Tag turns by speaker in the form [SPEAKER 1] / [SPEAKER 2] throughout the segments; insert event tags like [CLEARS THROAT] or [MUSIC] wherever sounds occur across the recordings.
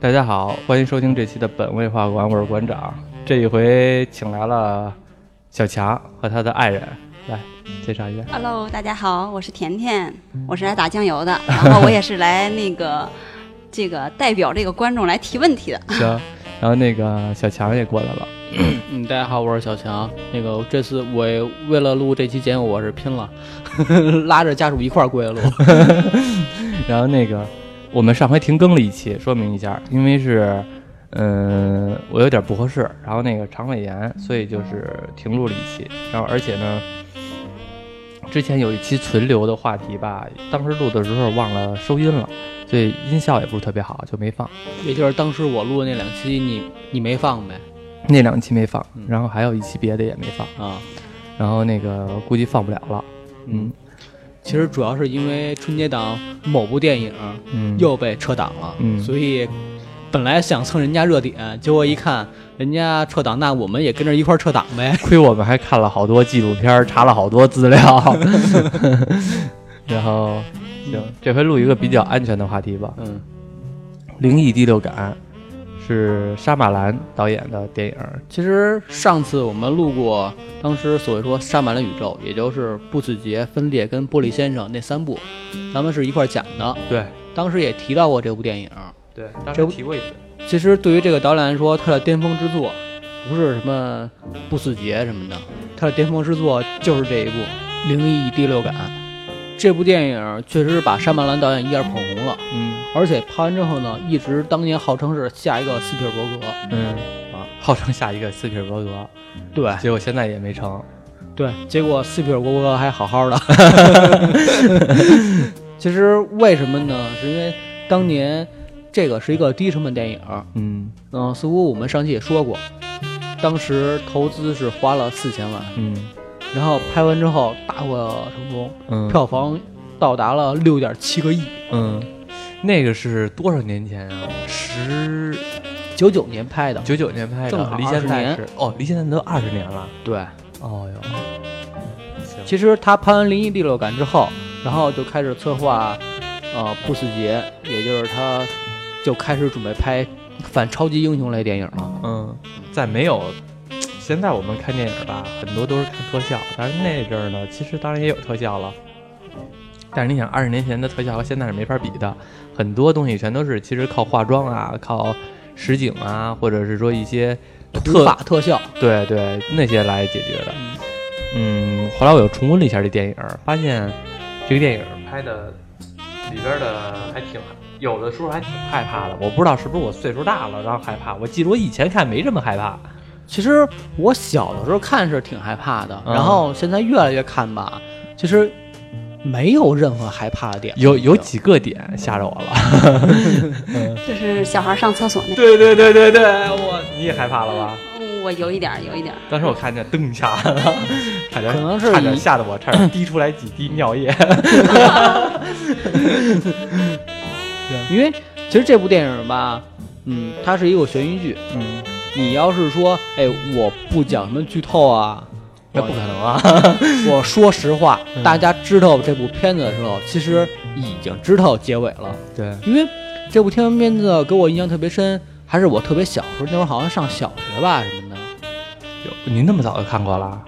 [SPEAKER 1] 大家好，欢迎收听这期的本位画馆，我是馆长。这一回请来了小强和他的爱人，来介绍一下。
[SPEAKER 2] Hello，大家好，我是甜甜，我是来打酱油的，然后我也是来那个这个代表这个观众来提问题的。
[SPEAKER 1] 行，然后那个小强也过来了，
[SPEAKER 3] 嗯，大家好，我是小强。那个这次我为了录这期节目，我是拼了， [LAUGHS] 拉着家属一块儿过来录。 [LAUGHS]
[SPEAKER 1] 然后那个我们上回停更了一期，说明一下，因为是。嗯，我有点不合适，然后那个肠胃炎，所以就是停录了一期。然后而且呢，之前有一期存留的话题吧，当时录的时候忘了收音了，所以音效也不是特别好，就没放。
[SPEAKER 3] 也就是当时我录的那两期，你你没放呗？
[SPEAKER 1] 那两期没放
[SPEAKER 3] 嗯，
[SPEAKER 1] 然后还有一期别的也没放，
[SPEAKER 3] 啊，
[SPEAKER 1] 然后那个估计放不了了。嗯
[SPEAKER 3] 其实主要是因为春节档某部电影
[SPEAKER 1] 嗯，
[SPEAKER 3] 又被撤档了，
[SPEAKER 1] 嗯
[SPEAKER 3] 所以本来想蹭人家热点，结果一看人家撤档，那我们也跟着一块儿撤档呗。
[SPEAKER 1] 亏我们还看了好多纪录片儿，查了好多资料， [LAUGHS] 然后行，这回录一个比较安全的话题吧，
[SPEAKER 3] 嗯，
[SPEAKER 1] 《灵异第六感》是沙马兰导演的电影儿，
[SPEAKER 3] 其实上次我们录过，当时所谓说沙满了宇宙，也就是不死劫、分裂跟玻璃先生那三部，咱们是一块儿讲的。
[SPEAKER 1] 对
[SPEAKER 3] 当时也提到过这部电影。
[SPEAKER 1] 对，当
[SPEAKER 3] 时
[SPEAKER 1] 提过一次，
[SPEAKER 3] 其实对于这个导演来说，他的巅峰之作不是什么不死劫什么的，他的巅峰之作就是这一部《灵异第六感》。这部电影确实是把沙曼兰导演一下捧红了，
[SPEAKER 1] 嗯
[SPEAKER 3] 而且拍完之后呢，一直当年号称是下一个斯皮尔伯格。
[SPEAKER 1] 嗯啊，哎号称下一个斯皮尔伯格，
[SPEAKER 3] 对
[SPEAKER 1] 结果现在也没成，
[SPEAKER 3] 对，结果斯皮尔伯格还好
[SPEAKER 1] [LAUGHS]
[SPEAKER 3] 好的。其实为什么呢？是因为当年这个是一个低成本电影，
[SPEAKER 1] 嗯
[SPEAKER 3] 嗯，似乎我们上期也说过，当时投资是花了四千万，
[SPEAKER 1] 嗯
[SPEAKER 3] 然后拍完之后大获成功，
[SPEAKER 1] 嗯，
[SPEAKER 3] 票房到达了六点七个亿。
[SPEAKER 1] 嗯，那个是多少年前啊？十
[SPEAKER 3] 九九年拍的，
[SPEAKER 1] 九九年拍
[SPEAKER 3] 正
[SPEAKER 1] 的，
[SPEAKER 3] 好
[SPEAKER 1] 离现
[SPEAKER 3] 20
[SPEAKER 1] 在
[SPEAKER 3] 年
[SPEAKER 1] 是哦，离现在都二十年了。
[SPEAKER 3] 对。
[SPEAKER 1] 哦哟，行，
[SPEAKER 3] 其实他拍完《灵异第六感》之后，然后就开始策划，呃，不死劫，也就是他就开始准备拍反超级英雄类电影了。
[SPEAKER 1] 嗯，在没有现在我们看电影吧，很多都是看特效，但是那阵儿呢，其实当然也有特效了。但是你想，二十年前的特效和现在是没法比的，很多东西全都是其实靠化妆啊，靠实景啊，或者是说一些
[SPEAKER 3] 土
[SPEAKER 1] 特
[SPEAKER 3] 法特效，
[SPEAKER 1] 对对那些来解决的。
[SPEAKER 3] 嗯
[SPEAKER 1] 嗯，后来我又重温了一下这电影，发现这个电影拍的里边的还挺，有的时候还挺害怕的。我不知道是不是我岁数大了，然后害怕。我记得我以前看没这么害怕。
[SPEAKER 3] 其实我小的时候看是挺害怕的，
[SPEAKER 1] 嗯
[SPEAKER 3] 然后现在越来越看吧，其实没有任何害怕的点。
[SPEAKER 1] 有有几个点吓着我了。
[SPEAKER 2] 就是小孩上厕所那，
[SPEAKER 1] 对对对对对，我你也害怕了吧？
[SPEAKER 2] 嗯我有一点儿，有一点儿。
[SPEAKER 1] 当时我看见噔一下，差点
[SPEAKER 3] 可能是
[SPEAKER 1] 差点
[SPEAKER 3] 以
[SPEAKER 1] 吓得我 [LAUGHS] 差点滴出来几滴尿液。
[SPEAKER 3] 因为其实这部电影吧，嗯，它是一个悬疑剧。
[SPEAKER 1] 嗯，
[SPEAKER 3] 你要是说，哎，我不讲什么剧透啊，
[SPEAKER 1] 那不可能啊。
[SPEAKER 3] 我 [LAUGHS] 说实话
[SPEAKER 1] 嗯，
[SPEAKER 3] 大家知道这部片子的时候，其实已经知道结尾了。
[SPEAKER 1] 对，
[SPEAKER 3] 因为这部天文片子给我印象特别深，还是我特别小时候，那会儿好像上小学吧什么的。
[SPEAKER 1] 有您那么早就看过了？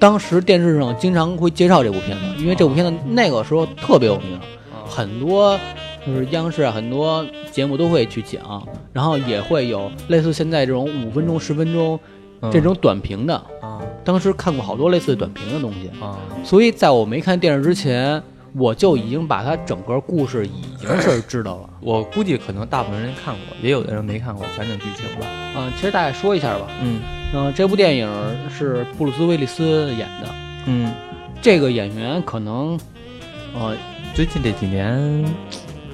[SPEAKER 3] 当时电视上经常会介绍这部片子，因为这部片子那个时候特别有名，
[SPEAKER 1] 嗯哦
[SPEAKER 3] 很多就是央视啊，很多节目都会去讲，然后也会有类似现在这种五分钟、十分钟
[SPEAKER 1] 嗯
[SPEAKER 3] 这种短评的。
[SPEAKER 1] 啊
[SPEAKER 3] 当时看过好多类似短评的东西，
[SPEAKER 1] 啊
[SPEAKER 3] 所以在我没看电视之前，我就已经把它整个故事已经是知道了。
[SPEAKER 1] 我估计可能大部分人看过，也有的人没看过，讲讲剧情吧。
[SPEAKER 3] 嗯，其实大概说一下吧。
[SPEAKER 1] 嗯
[SPEAKER 3] 嗯、这部电影是布鲁斯·威利斯演的，
[SPEAKER 1] 嗯，
[SPEAKER 3] 这个演员可能，呃，
[SPEAKER 1] 最近这几年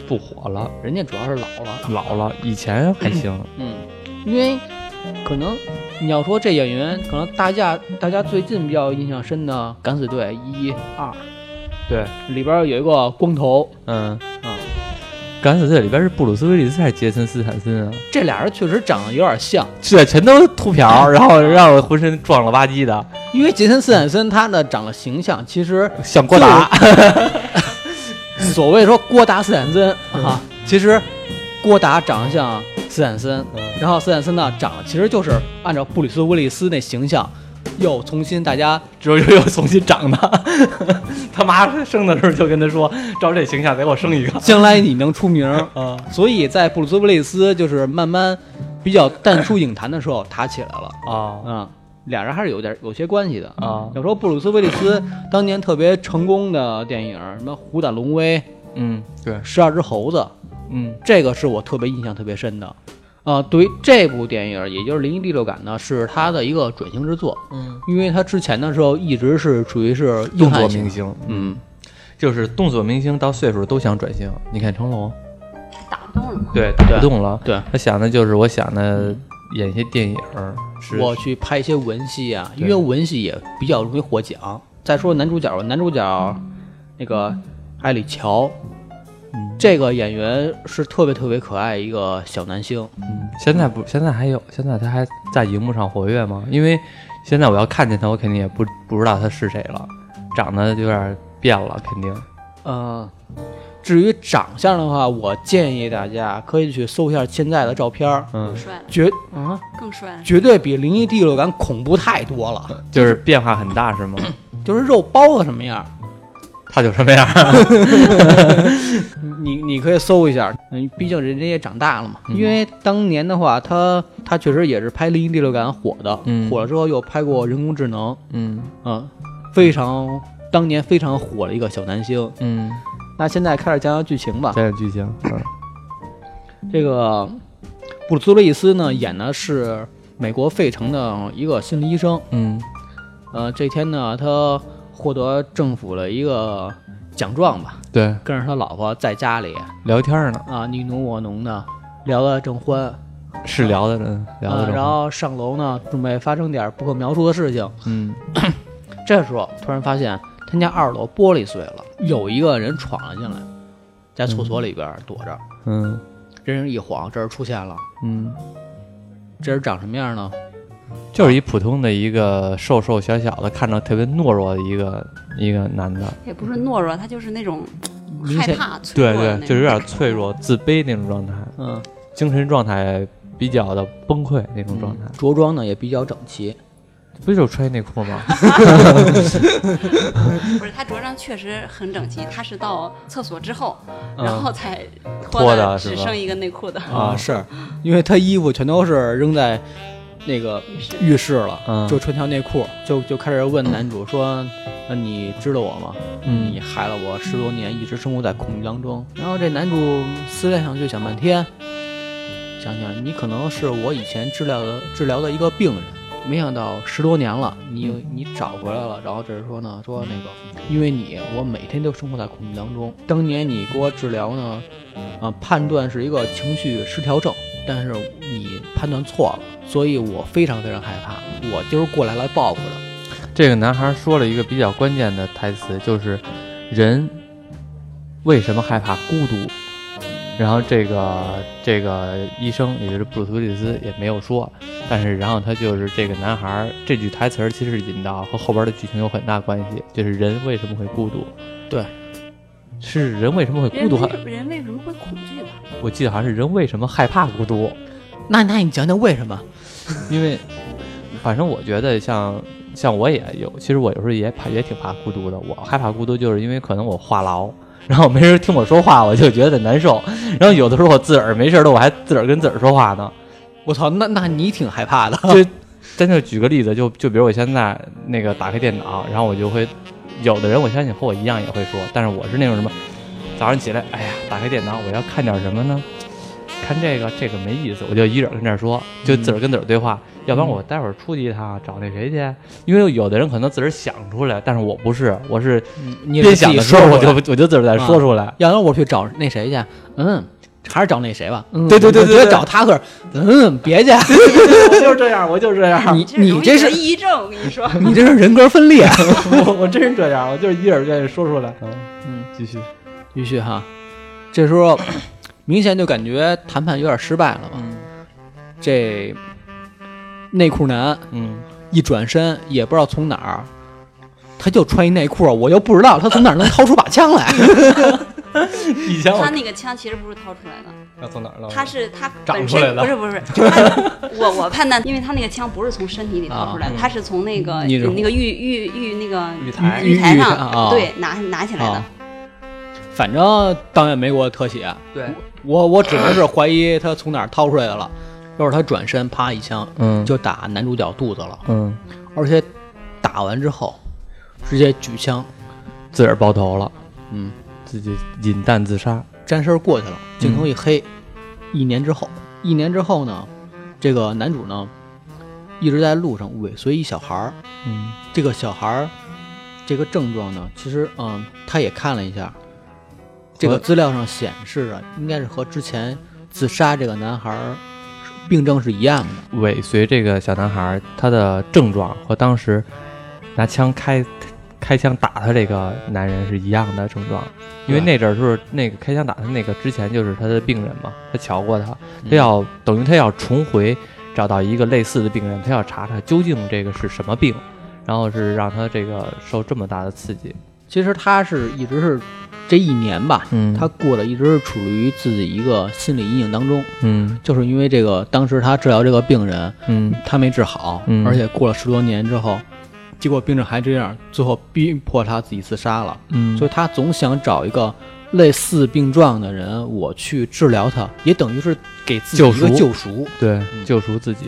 [SPEAKER 1] 不火了，
[SPEAKER 3] 人家主要是老了，
[SPEAKER 1] 老了，以前还行。
[SPEAKER 3] 嗯，因为可能你要说这演员，可能大家大家最近比较印象深的《敢死队》一二
[SPEAKER 1] 对，
[SPEAKER 3] 里边有一个光头，
[SPEAKER 1] 嗯
[SPEAKER 3] 嗯，
[SPEAKER 1] 敢死队里边是布鲁斯威利斯还是杰森斯坦森啊？
[SPEAKER 3] 这俩人确实长得有点像，
[SPEAKER 1] 这全都秃瓢，然后让我浑身壮了吧唧的，
[SPEAKER 3] 因为杰森斯坦森他的长得形象其实
[SPEAKER 1] 像郭达。
[SPEAKER 3] 所谓说郭达斯坦森啊，其实郭达长得像斯坦森，
[SPEAKER 1] 嗯
[SPEAKER 3] 然后斯坦森呢长得其实就是按照布里斯威利斯那形象，又重新大家
[SPEAKER 1] 之后又又重新长的， [LAUGHS] 他妈生的时候就跟他说，照这形象给我生一 [LAUGHS] 个。
[SPEAKER 3] 将来你能出名儿，
[SPEAKER 1] 啊，
[SPEAKER 3] 所以在布鲁斯威利斯就是慢慢比较淡出影坛的时候，他起来了。
[SPEAKER 1] 啊
[SPEAKER 3] 啊，俩人还是有点有些关系的。
[SPEAKER 1] 啊，
[SPEAKER 3] 要说布鲁斯威利斯当年特别成功的电影，什么《虎胆龙威》《
[SPEAKER 1] 嗯，对，
[SPEAKER 3] 十二只猴子》，
[SPEAKER 1] 嗯
[SPEAKER 3] 这个是我特别印象特别深的。啊、对于这部电影，也就是《灵异第六感》呢，是他的一个转型之作，
[SPEAKER 1] 嗯，
[SPEAKER 3] 因为他之前的时候一直是属于是硬
[SPEAKER 1] 动
[SPEAKER 3] 汉
[SPEAKER 1] 作
[SPEAKER 3] 型
[SPEAKER 1] 明，星
[SPEAKER 3] 嗯，
[SPEAKER 1] 就是动作明星到岁数都想转型。你看成龙，
[SPEAKER 2] 打不动了嘛。
[SPEAKER 1] 对，打不嗯
[SPEAKER 3] 对
[SPEAKER 1] 动了，
[SPEAKER 3] 对，
[SPEAKER 1] 他想的就是我想的演一些电影儿，是
[SPEAKER 3] 我去拍一些文戏啊，因为
[SPEAKER 1] 对
[SPEAKER 3] 文戏也比较容易获奖。再说男主角吧，男主角那个艾里乔，
[SPEAKER 1] 嗯
[SPEAKER 3] 这个演员是特别特别可爱一个小男星。
[SPEAKER 1] 嗯现在不，现在还有，现在他还在荧幕上活跃吗？因为现在我要看见他，我肯定也不不知道他是谁了，长得有点变了，肯定。
[SPEAKER 3] 嗯，至于长相的话，我建议大家可以去搜一下现在的照片儿，
[SPEAKER 1] 嗯
[SPEAKER 2] 更，帅了，
[SPEAKER 3] 绝啊，
[SPEAKER 2] 更帅了。
[SPEAKER 3] 绝对比《灵异第六感》恐怖太多了。
[SPEAKER 1] 就是变化很大， [CLEARS THROAT] 是吗？
[SPEAKER 3] 就是肉包子什么样儿，
[SPEAKER 1] 他就什么样？
[SPEAKER 3] 你你可以搜一下，嗯，毕竟人家也长大了嘛。
[SPEAKER 1] 嗯
[SPEAKER 3] 因为当年的话，他他确实也是拍《灵异第六感》火的，
[SPEAKER 1] 嗯
[SPEAKER 3] 火了之后又拍过《人工智能》，
[SPEAKER 1] 嗯
[SPEAKER 3] 嗯，非常当年非常火的一个小男星。
[SPEAKER 1] 嗯，
[SPEAKER 3] 那现在开始讲讲剧情吧。
[SPEAKER 1] 这个剧情，嗯
[SPEAKER 3] 这个布鲁斯·威利斯呢，演的是美国费城的一个心理医生。
[SPEAKER 1] 嗯
[SPEAKER 3] 呃，这天呢，他获得政府的一个奖状吧，
[SPEAKER 1] 对，
[SPEAKER 3] 跟着他老婆在家里
[SPEAKER 1] 聊天呢，
[SPEAKER 3] 啊，你侬我侬的聊得正欢，
[SPEAKER 1] 是聊的呢，聊的
[SPEAKER 3] 啊
[SPEAKER 1] 这么、
[SPEAKER 3] 然后上楼呢，准备发生点不可描述的事情。
[SPEAKER 1] 嗯
[SPEAKER 3] 这时候突然发现他家二楼玻璃碎了，有一个人闯了进来，在厕所里边躲着。
[SPEAKER 1] 嗯
[SPEAKER 3] 人人一晃，这人出现了。
[SPEAKER 1] 嗯，
[SPEAKER 3] 这人长什么样呢？
[SPEAKER 1] 就是一普通的一个瘦瘦小小的，看着特别懦弱的一个一个男的，
[SPEAKER 2] 也不是懦弱，他就是那种
[SPEAKER 3] 明
[SPEAKER 2] 害
[SPEAKER 3] 显，
[SPEAKER 2] 怕、脆
[SPEAKER 1] 对
[SPEAKER 2] 弱的
[SPEAKER 1] 对，
[SPEAKER 2] 那
[SPEAKER 1] 就是有
[SPEAKER 2] 种。
[SPEAKER 1] 点脆弱、自卑那种状态，
[SPEAKER 3] 嗯，
[SPEAKER 1] 精神状态比较的崩溃那种
[SPEAKER 2] 嗯
[SPEAKER 1] 状态，
[SPEAKER 3] 着装呢也比较整齐。
[SPEAKER 1] 不就穿内裤
[SPEAKER 2] [LAUGHS]
[SPEAKER 1] 吗？
[SPEAKER 2] 不是他着装确实很整齐，他是到厕所之后，
[SPEAKER 1] 嗯
[SPEAKER 2] 然后才
[SPEAKER 1] 脱
[SPEAKER 2] 脱
[SPEAKER 1] 的是
[SPEAKER 2] 只
[SPEAKER 1] 吧
[SPEAKER 2] 剩一个内裤的
[SPEAKER 1] 啊
[SPEAKER 3] 是因为他衣服全都是扔在那个
[SPEAKER 2] 浴室。
[SPEAKER 3] 浴室了，
[SPEAKER 1] 嗯
[SPEAKER 3] 就穿条内裤，就就开始问男主说：“那你知道我吗？你
[SPEAKER 1] 嗯
[SPEAKER 2] 哎
[SPEAKER 3] 害了我十多年，一直生活在恐惧当中。”然后这男主思来想去想半天，想想你可能是我以前治疗的治疗的一个病人。没想到十多年了，你你找回来了，然后这是说呢，说那个，因为你，我每天都生活在恐惧当中。当年你给我治疗呢，啊，判断是一个情绪失调症，但是你判断错了，所以我非常非常害怕，我就是过来来报复的。
[SPEAKER 1] 这个男孩说了一个比较关键的台词，就是人为什么害怕孤独？然后这个这个医生，也就是布鲁斯·威利斯也没有说，但是然后他就是这个男孩儿这句台词儿其实引到和后边的剧情有很大关系，就是人为什么会孤独？
[SPEAKER 3] 对，
[SPEAKER 1] 是人为什么会孤
[SPEAKER 2] 人
[SPEAKER 1] 独？还
[SPEAKER 2] 为人为什么会恐惧吧？
[SPEAKER 1] 我记得好像是人为什么害怕孤独？
[SPEAKER 3] 那那你讲讲为什么？
[SPEAKER 1] 因为反正我觉得像像我也有，其实我有时候也怕也挺怕孤独的。我害怕孤独，就是因为可能我话痨， [LAUGHS] 然后没人听我说话，我就觉得难受。然后有的时候我自个儿没事儿的，我还自个儿跟自个儿说话呢。
[SPEAKER 3] 我操，那那你挺害
[SPEAKER 1] [LAUGHS]
[SPEAKER 3] 怕的。
[SPEAKER 1] 就真就举个例子，就就比如我现在那个打开电脑，然后我就会，有的人我相信和我一样也会说，但是我是那种什么，早上起来，哎呀，打开电脑我要看点什么呢？看这个这个没意思，我就一个人跟这儿说，就自个儿跟自个儿对话。要不然我待会儿出去一趟找那谁去，因为有的人可能自个儿想出来，但是我不是，我是
[SPEAKER 3] 嗯你也
[SPEAKER 1] 边
[SPEAKER 3] 得自
[SPEAKER 1] 想
[SPEAKER 3] 己
[SPEAKER 1] 的时候
[SPEAKER 3] 说
[SPEAKER 1] 我就
[SPEAKER 3] 出来
[SPEAKER 1] 我就自个儿再说出来。
[SPEAKER 3] 要不然我去找那谁去？嗯，还是找那谁吧。嗯，
[SPEAKER 1] 对对对
[SPEAKER 3] 我
[SPEAKER 1] 对
[SPEAKER 3] 觉得
[SPEAKER 1] 对
[SPEAKER 3] 找他可是，嗯，别去。
[SPEAKER 1] 我就是这样，我就是这样，
[SPEAKER 3] 你
[SPEAKER 2] 这
[SPEAKER 3] 你
[SPEAKER 2] 容易
[SPEAKER 3] 这是
[SPEAKER 2] 得抑郁症，我跟你说。
[SPEAKER 3] 你这是人格分裂。 [LAUGHS]
[SPEAKER 1] 我 [LAUGHS] 我真是这样，我就是一个人愿意说出来。嗯，继续。
[SPEAKER 3] 继续哈，这时候明显就感觉谈判有点失败了吧？这内裤男
[SPEAKER 1] 嗯
[SPEAKER 3] 一转身，也不知道从哪儿，他就穿一内裤，我又不知道他从哪儿能掏出把枪来。
[SPEAKER 1] 以前我
[SPEAKER 2] [LAUGHS] 他那个枪其实不是掏出来的，
[SPEAKER 1] 要从哪儿了？
[SPEAKER 2] 他是他
[SPEAKER 1] 哦长
[SPEAKER 2] 本
[SPEAKER 1] 出来
[SPEAKER 2] 身
[SPEAKER 1] 的
[SPEAKER 2] 不是不是，他
[SPEAKER 1] [LAUGHS]
[SPEAKER 2] 我我判断，因为他那个枪不是从身体里掏出来
[SPEAKER 1] 啊
[SPEAKER 2] 的，他是从那个
[SPEAKER 3] 你
[SPEAKER 2] 你
[SPEAKER 3] 这
[SPEAKER 2] 那个玉玉玉那个
[SPEAKER 1] 玉台
[SPEAKER 2] 玉
[SPEAKER 3] 玉
[SPEAKER 2] 台
[SPEAKER 3] 玉
[SPEAKER 2] 上
[SPEAKER 3] 台啊
[SPEAKER 2] 对拿拿起来的
[SPEAKER 3] 啊。反正当年美国的特写，
[SPEAKER 1] 对，
[SPEAKER 3] 我我只能是怀疑他从哪儿掏出来的了。要是他转身，啪一枪
[SPEAKER 1] 嗯
[SPEAKER 3] 就打男主角肚子了，
[SPEAKER 1] 嗯，
[SPEAKER 3] 而且打完之后直接举枪，
[SPEAKER 1] 自个儿爆头了，
[SPEAKER 3] 嗯，
[SPEAKER 1] 自己引弹自杀。
[SPEAKER 3] 沾身儿过去了。镜头一黑，一年之后，一年之后呢，这个男主呢一直在路上尾随一小孩儿，
[SPEAKER 1] 嗯
[SPEAKER 3] 这个小孩儿这个症状呢，其实嗯，他也看了一下，这个资料上显示啊，应该是和之前自杀这个男孩儿病症是一样的。
[SPEAKER 1] 尾随这个小男孩儿，他的症状和当时拿枪开开枪打他这个男人是一样的症状，因为
[SPEAKER 3] 对
[SPEAKER 1] 那阵儿就是那个开枪打他那个之前就是他的病人嘛，他瞧过他，他
[SPEAKER 3] 嗯
[SPEAKER 1] 要、等于他要重回找到一个类似的病人，他要查查究竟这个是什么病，然后是让他这个受这么大的刺激，
[SPEAKER 3] 其实他是一直是这一年吧，
[SPEAKER 1] 嗯
[SPEAKER 3] 他过得一直是处于自己一个心理阴影当中，
[SPEAKER 1] 嗯
[SPEAKER 3] 就是因为这个当时他治疗这个病人，
[SPEAKER 1] 嗯
[SPEAKER 3] 他没治好，
[SPEAKER 1] 嗯
[SPEAKER 3] 而且过了十多年之后，结果病症还这样，最后逼迫他自己自杀了。
[SPEAKER 1] 嗯，
[SPEAKER 3] 所以他总想找一个类似病状的人，我去治疗他，也等于是给自己
[SPEAKER 1] 救
[SPEAKER 3] 一个
[SPEAKER 1] 赎
[SPEAKER 3] 救赎。
[SPEAKER 1] 对
[SPEAKER 3] 嗯
[SPEAKER 1] 救赎自己，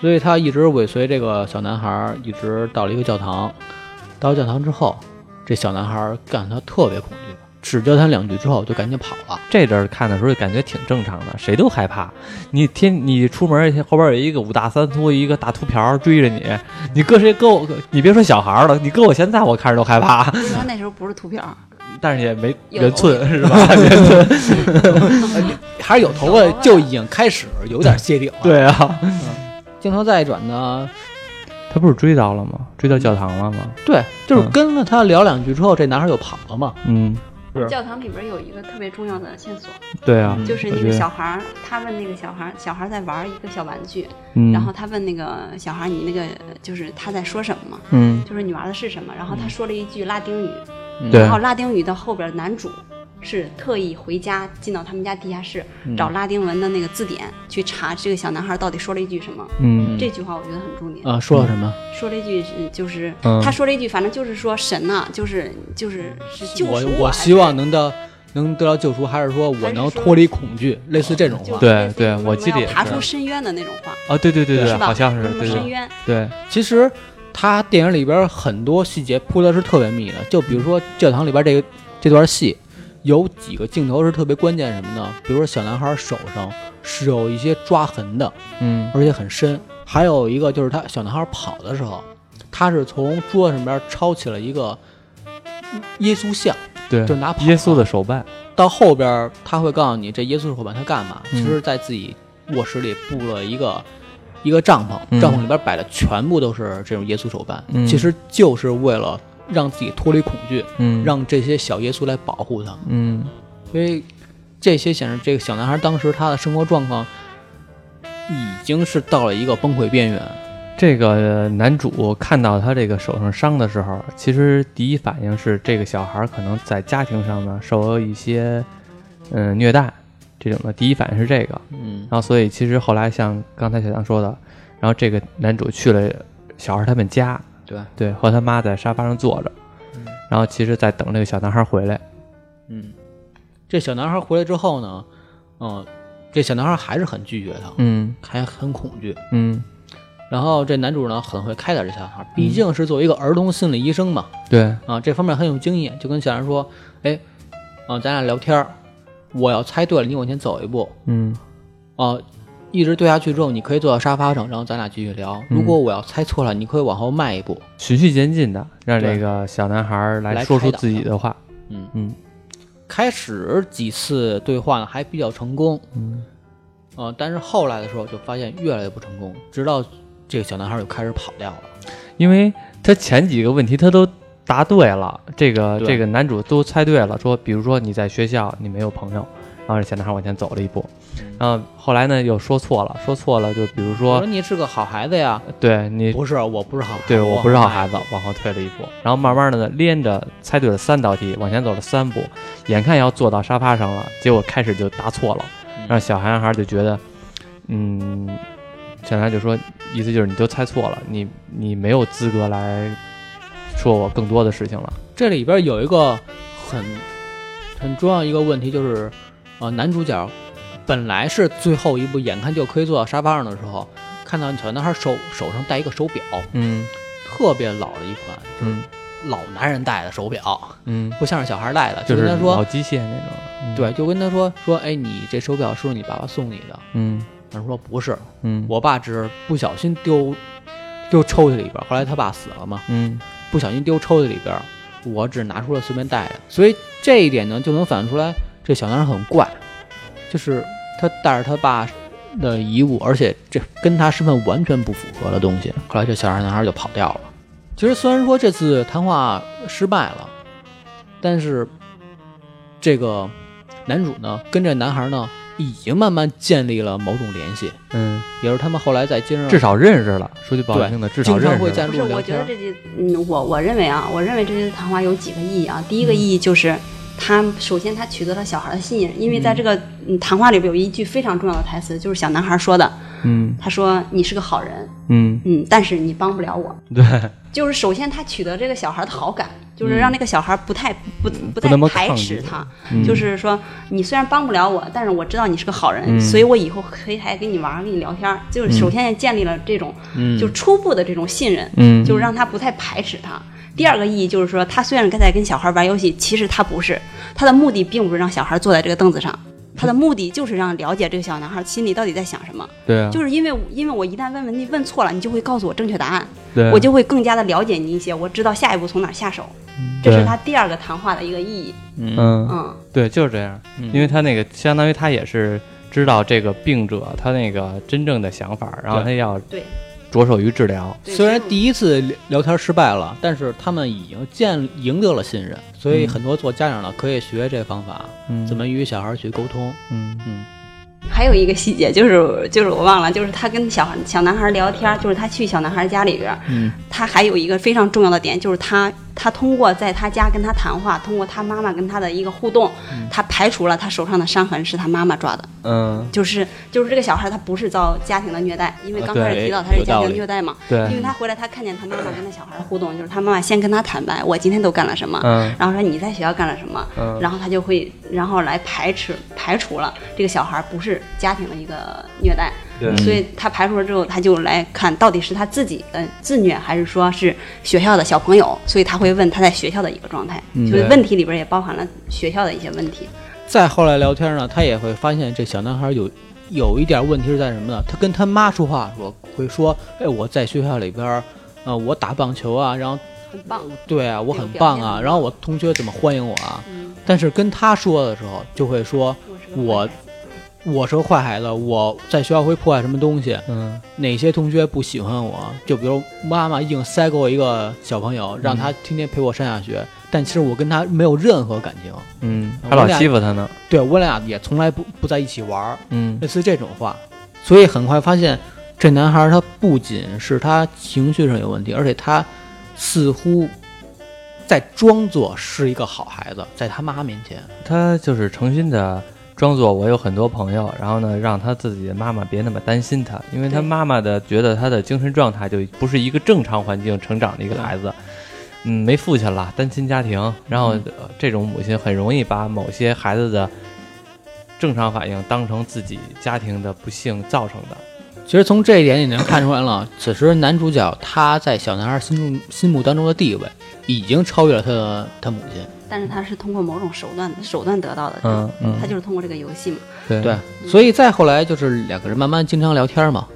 [SPEAKER 3] 所以他一直尾随这个小男孩儿，一直到了一个教堂。到了教堂之后，这小男孩儿感到特别恐惧，只教他两句之后就赶紧跑了。
[SPEAKER 1] 这阵儿看的时候感觉挺正常的，谁都害怕。你天，你出门后边有一个五大三粗，一个大秃瓢追着你，你搁谁搁我，你别说小孩儿了，你搁我现在我看着都害
[SPEAKER 3] [LAUGHS]
[SPEAKER 1] 怕。
[SPEAKER 2] 他那时候不是图片儿，
[SPEAKER 1] 但是也没
[SPEAKER 2] 有
[SPEAKER 1] 人寸 [LAUGHS] 是吧？人寸
[SPEAKER 3] [LAUGHS] 还是有头发就已经开始有点谢顶了。，
[SPEAKER 1] 对啊，
[SPEAKER 3] 镜头再一转呢，
[SPEAKER 1] 他不是追到了吗？追到教堂了吗？
[SPEAKER 3] 对，就是
[SPEAKER 1] 嗯
[SPEAKER 3] 跟了他聊两句之后，这男孩就跑了嘛。
[SPEAKER 1] 嗯，
[SPEAKER 3] 是
[SPEAKER 2] 教堂里边有一个特别重要的线索，
[SPEAKER 1] 对啊，
[SPEAKER 3] 嗯
[SPEAKER 2] 就是
[SPEAKER 1] 我
[SPEAKER 2] 那
[SPEAKER 1] 觉
[SPEAKER 2] 个
[SPEAKER 1] 得
[SPEAKER 2] 小孩儿，他问那个小孩儿，小孩儿在玩儿一个小玩具，
[SPEAKER 1] 嗯，
[SPEAKER 2] 然后他问那个小孩儿，你那个就是他在说什么，
[SPEAKER 1] 嗯，
[SPEAKER 2] 就是你玩的是什么，然后他说了一句拉丁语，
[SPEAKER 3] 嗯
[SPEAKER 1] 对
[SPEAKER 2] 然后拉丁语的后边男主是特意回家进到他们家地下室
[SPEAKER 1] 嗯
[SPEAKER 2] 找拉丁文的那个字典去查这个小男孩到底说了一句什么。
[SPEAKER 1] 嗯
[SPEAKER 2] 这句话我觉得很重点，
[SPEAKER 3] 啊，说了什么？
[SPEAKER 2] 说了一句嗯就是、
[SPEAKER 1] 嗯
[SPEAKER 2] 他说了一句，反正就是说神呐、就是就是是救
[SPEAKER 3] 我
[SPEAKER 2] 赎
[SPEAKER 3] 我
[SPEAKER 2] 还是
[SPEAKER 3] 希望能到能得到救赎，还是说我能脱离恐惧，类似这种
[SPEAKER 2] 就是
[SPEAKER 3] 话。
[SPEAKER 1] 对
[SPEAKER 2] 类似于
[SPEAKER 1] 对
[SPEAKER 2] 什么
[SPEAKER 1] 我记得也
[SPEAKER 2] 要爬
[SPEAKER 1] 是
[SPEAKER 2] 出深渊的那种话，
[SPEAKER 1] 啊，对对对对，
[SPEAKER 2] 是吧？
[SPEAKER 1] 好像是
[SPEAKER 2] 什么
[SPEAKER 1] 对
[SPEAKER 2] 深
[SPEAKER 1] 对
[SPEAKER 2] 渊，
[SPEAKER 1] 对，
[SPEAKER 3] 其实他电影里边很多细节铺的是特别密的，就比如说教堂里边这个这段戏，有几个镜头是特别关键什么呢？比如说小男孩手上是有一些抓痕的，
[SPEAKER 1] 嗯
[SPEAKER 3] 而且很深。还有一个就是他小男孩跑的时候，他是从桌子上边抄起了一个耶稣像。
[SPEAKER 1] 对，
[SPEAKER 3] 就拿跑
[SPEAKER 1] 耶稣的手办，
[SPEAKER 3] 到后边儿他会告诉你这耶稣手办他干嘛，
[SPEAKER 1] 嗯
[SPEAKER 3] 其实在自己卧室里布了一个一个帐
[SPEAKER 1] 嗯
[SPEAKER 3] 篷，帐篷里边摆的全部都是这种耶稣手办，
[SPEAKER 1] 嗯
[SPEAKER 3] 其实就是为了让自己脱离恐惧，
[SPEAKER 1] 嗯，
[SPEAKER 3] 让这些小耶稣来保护他。
[SPEAKER 1] 嗯
[SPEAKER 3] 所以这些显示这个小男孩当时他的生活状况已经是到了一个崩溃边缘。
[SPEAKER 1] 这个男主看到他这个手上伤的时候，其实第一反应是这个小孩可能在家庭上呢受到一些嗯、虐待这种的，第一反应是这个。
[SPEAKER 3] 嗯
[SPEAKER 1] 然后所以其实后来像刚才小强说的，然后这个男主去了小孩他们家，
[SPEAKER 3] 对，
[SPEAKER 1] 对，和他妈在沙发上坐着，然后其实在等这个小男孩回来。
[SPEAKER 3] 嗯，这小男孩回来之后呢，嗯、这小男孩还是很拒绝他，
[SPEAKER 1] 嗯
[SPEAKER 3] 还很恐惧。
[SPEAKER 1] 嗯，
[SPEAKER 3] 然后这男主呢很会开导这小男孩，毕竟是作为一个儿童心理医生嘛，
[SPEAKER 1] 对，嗯
[SPEAKER 3] 啊，这方面很有经验，就跟小孩说，哎，啊，咱俩聊天儿，我要猜对了，你往前走一步，
[SPEAKER 1] 嗯
[SPEAKER 3] 啊，一直对下去之后，你可以坐到沙发上，然后咱俩继续聊。
[SPEAKER 1] 嗯
[SPEAKER 3] 如果我要猜错了，你可以往后迈一步。
[SPEAKER 1] 循序渐进的让
[SPEAKER 3] 对
[SPEAKER 1] 这个小男孩来
[SPEAKER 3] 来
[SPEAKER 1] 说出
[SPEAKER 3] 开导
[SPEAKER 1] 自己
[SPEAKER 3] 他
[SPEAKER 1] 的话。
[SPEAKER 3] 嗯
[SPEAKER 1] 嗯
[SPEAKER 3] 开始几次对话呢还比较成功，
[SPEAKER 1] 嗯
[SPEAKER 3] 啊，但是后来的时候就发现越来越不成功，直到这个小男孩就开始跑掉了。
[SPEAKER 1] 因为他前几个问题他都答对了，这个
[SPEAKER 3] 对
[SPEAKER 1] 这个男主都猜对了。说，比如说你在学校你没有朋友，然后这小男孩往前走了一步，然后后来呢又说错了，说错了就比如
[SPEAKER 3] 嗯我
[SPEAKER 1] 说
[SPEAKER 3] 说你是个好孩子呀，
[SPEAKER 1] 对你
[SPEAKER 3] 不是，我不是好孩子，
[SPEAKER 1] 对我不是好孩
[SPEAKER 3] 子，
[SPEAKER 1] 子，往后退了一步，然后慢慢的呢，连着猜对了三道题，往前走了三步，眼看要坐到沙发上了，结果开始就答错了，让小男孩就觉得，嗯，小男孩就说，意思就是你都猜错了，你你没有资格来说我更多的事情了。
[SPEAKER 3] 这里边有一个很很重要一个问题，就是呃，男主角本来是最后一步，眼看就可以坐到沙发上的时候，看到小男孩手手上戴一个手表，
[SPEAKER 1] 嗯
[SPEAKER 3] 特别老的一款，
[SPEAKER 1] 嗯
[SPEAKER 3] 老男人戴的手表，
[SPEAKER 1] 嗯，
[SPEAKER 3] 不像是小孩戴的，
[SPEAKER 1] 就是
[SPEAKER 3] 跟他说
[SPEAKER 1] 老，机械那种。嗯，
[SPEAKER 3] 对，就跟他说说，哎，你这手表是不是你爸爸送你的？
[SPEAKER 1] 嗯
[SPEAKER 3] 他说不是，
[SPEAKER 1] 嗯，
[SPEAKER 3] 我爸只是不小心丢丢抽屉里边儿，后来他爸死了嘛，
[SPEAKER 1] 嗯
[SPEAKER 3] 不小心丢抽屉里边儿，我只拿出了随便带的，所以这一点呢就能反映出来这小男孩很怪，就是他带着他爸的遗物，而且这跟他身份完全不符合的东西。后来这小男孩就跑掉了。其实虽然说这次谈话失败了，但是这个男主呢跟这男孩呢已经慢慢建立了某种联系，
[SPEAKER 1] 嗯，
[SPEAKER 3] 也是他们后来在街上
[SPEAKER 1] 至少认识了。说句不好听的，至少
[SPEAKER 3] 经常
[SPEAKER 1] 认
[SPEAKER 3] 会
[SPEAKER 1] 识
[SPEAKER 3] 在
[SPEAKER 1] 了。
[SPEAKER 2] 不
[SPEAKER 3] 路
[SPEAKER 2] 是，
[SPEAKER 3] 上
[SPEAKER 2] 我
[SPEAKER 3] 聊
[SPEAKER 2] 觉得
[SPEAKER 3] 天。
[SPEAKER 2] 这些，嗯，我我认为啊，我认为这些谈话有几个意义啊。第一个
[SPEAKER 1] 嗯
[SPEAKER 2] 意义就是，他首先他取得了小孩的信任，因为在这个嗯谈话里边有一句非常重要的台词，就是小男孩说的，
[SPEAKER 1] 嗯
[SPEAKER 2] 他说你是个好人，
[SPEAKER 1] 嗯，
[SPEAKER 2] 嗯，但是你帮不了我。
[SPEAKER 1] 对，
[SPEAKER 2] 就是首先他取得这个小孩的好感，就是让那个小孩不太不不
[SPEAKER 1] 嗯不那
[SPEAKER 2] 太
[SPEAKER 1] 么
[SPEAKER 2] 排
[SPEAKER 1] 抗
[SPEAKER 2] 斥
[SPEAKER 1] 拒
[SPEAKER 2] 他，
[SPEAKER 1] 嗯
[SPEAKER 2] 就是说你虽然帮不了我，但是我知道你是个好人，
[SPEAKER 1] 嗯
[SPEAKER 2] 所以我以后可以还跟你玩儿，跟你聊天儿。就是首先也建立了这种、
[SPEAKER 3] 嗯
[SPEAKER 2] 就初步的这种信任，
[SPEAKER 1] 嗯
[SPEAKER 2] 就是让他不太排斥他。第二个意义就是说，他虽然在跟小孩玩游戏，其实他不是，他的目的并不是让小孩坐在这个凳子上，他的目的就是让了解这个小男孩心里到底在想什么。
[SPEAKER 1] 对啊，
[SPEAKER 2] 就是因为因为我一旦问问题问错了，你就会告诉我正确答案，
[SPEAKER 1] 对啊
[SPEAKER 2] 我就会更加的了解你一些，我知道下一步从哪儿下手。这是他第二个谈话的一个意义。
[SPEAKER 1] 嗯。
[SPEAKER 2] 嗯，
[SPEAKER 1] 对，就是这样，
[SPEAKER 3] 嗯
[SPEAKER 1] 因为他那个相当于他也是知道这个病者他那个真正的想法，然后他要
[SPEAKER 2] 对
[SPEAKER 1] 着手于治疗。
[SPEAKER 2] 对
[SPEAKER 3] 虽然
[SPEAKER 2] 所以
[SPEAKER 3] 第一次聊聊天失败了，但是他们已经建赢得了信任，所以
[SPEAKER 1] 嗯
[SPEAKER 3] 很多做家长的可以学这方法，
[SPEAKER 1] 嗯
[SPEAKER 3] 怎么与小孩去沟通。
[SPEAKER 1] 嗯
[SPEAKER 2] 还有一个细节就是就是我忘了，就是他跟小孩小男孩聊天，就是他去小男孩家里边，
[SPEAKER 3] 嗯，
[SPEAKER 2] 他还有一个非常重要的点，就是他他通过在他家跟他谈话，通过他妈妈跟他的一个互动，
[SPEAKER 3] 嗯
[SPEAKER 2] 他排除了他手上的伤痕是他妈妈抓的。
[SPEAKER 1] 嗯，
[SPEAKER 2] 就是就是这个小孩他不是遭家庭的虐待，因为
[SPEAKER 3] 啊
[SPEAKER 2] 刚开始
[SPEAKER 3] 对
[SPEAKER 2] 提到他是
[SPEAKER 3] 有
[SPEAKER 2] 家
[SPEAKER 3] 道
[SPEAKER 2] 庭
[SPEAKER 3] 理
[SPEAKER 2] 虐待嘛，因为
[SPEAKER 1] 对，
[SPEAKER 2] 他回来他看见他妈妈跟那小孩互动，就是他妈妈先跟他坦白我今天都干了什么，
[SPEAKER 1] 嗯
[SPEAKER 2] 然后说你在学校干了什么，
[SPEAKER 1] 嗯
[SPEAKER 2] 然后他就会然后来排斥排除了这个小孩不是家庭的一个虐待，
[SPEAKER 1] 对
[SPEAKER 2] 所以他排除了之后，他就来看到底是他自己的自虐，还是说是学校的小朋友，所以他会问他在学校的一个状态，
[SPEAKER 1] 嗯
[SPEAKER 2] 所以问题里边也包含了学校的一些问题。
[SPEAKER 3] 再后来聊天呢，他也会发现这小男孩有有一点问题是在什么呢？他跟他妈说话的时候会说：“哎，我在学校里边儿，呃，我打棒球啊，然后
[SPEAKER 2] 很棒，
[SPEAKER 3] 对啊，
[SPEAKER 2] 有
[SPEAKER 3] 我很
[SPEAKER 2] 表
[SPEAKER 3] 棒
[SPEAKER 2] 现
[SPEAKER 3] 啊，
[SPEAKER 2] 的
[SPEAKER 3] 然后我同学怎么欢迎我啊。
[SPEAKER 2] 嗯”
[SPEAKER 3] 但是跟他说的时候，就会说
[SPEAKER 2] 是个
[SPEAKER 3] 我
[SPEAKER 2] 坏孩子
[SPEAKER 3] 我是个坏孩子，我在学校会破坏什么东西，
[SPEAKER 1] 嗯
[SPEAKER 3] 哪些同学不喜欢我，就比如妈妈硬塞给我一个小朋友，让他天天陪我上下学，但其实我跟他没有任何感情，
[SPEAKER 1] 嗯，
[SPEAKER 3] 我
[SPEAKER 1] 还老
[SPEAKER 3] 俩
[SPEAKER 1] 欺负他呢。
[SPEAKER 3] 对我俩也从来不不在一起玩儿，
[SPEAKER 1] 嗯
[SPEAKER 3] 类似这种话，所以很快发现这男孩他不仅是他情绪上有问题，而且他似乎在装作是一个好孩子，在他妈面前，
[SPEAKER 1] 他就是诚心的装作我有很多朋友，然后呢，让他自己的妈妈别那么担心他，因为他
[SPEAKER 2] 对
[SPEAKER 1] 妈妈的觉得他的精神状态就不是一个正常环境成长的一个孩子，嗯，没父亲了，单亲家庭，然后、呃这种母亲很容易把某些孩子的正常反应当成自己家庭的不幸造成的，
[SPEAKER 3] 其实从这一点也能看出来了，此时男主角他在小男孩心中心目当中的地位，已经超越了他的他母亲。
[SPEAKER 2] 但是他是通过某种手段手段得到的，
[SPEAKER 1] 嗯嗯
[SPEAKER 2] 他就是通过这个游戏嘛，
[SPEAKER 1] 对
[SPEAKER 3] 对，所以再后来就是两个人慢慢经常聊天嘛，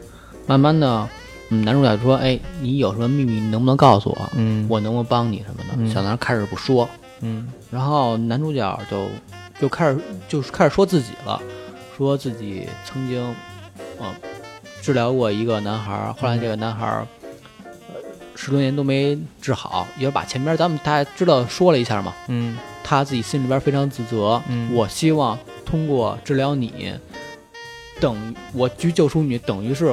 [SPEAKER 3] 慢慢的，嗯，男主角说：“哎，你有什么秘密，你能不能告诉我？
[SPEAKER 1] 嗯
[SPEAKER 3] 我能不能帮你什么的？”
[SPEAKER 1] 嗯
[SPEAKER 3] 小男孩开始不说，
[SPEAKER 1] 嗯
[SPEAKER 3] 然后男主角就就开始就是开始说自己了，说自己曾经，呃，治疗过一个男孩儿，后来这个男孩儿，呃，十多年都没治好，也是把前边咱们大家知道说了一下嘛，
[SPEAKER 1] 嗯
[SPEAKER 3] 他自己心里边非常自责，
[SPEAKER 1] 嗯
[SPEAKER 3] 我希望通过治疗你，等我去救出你，等于是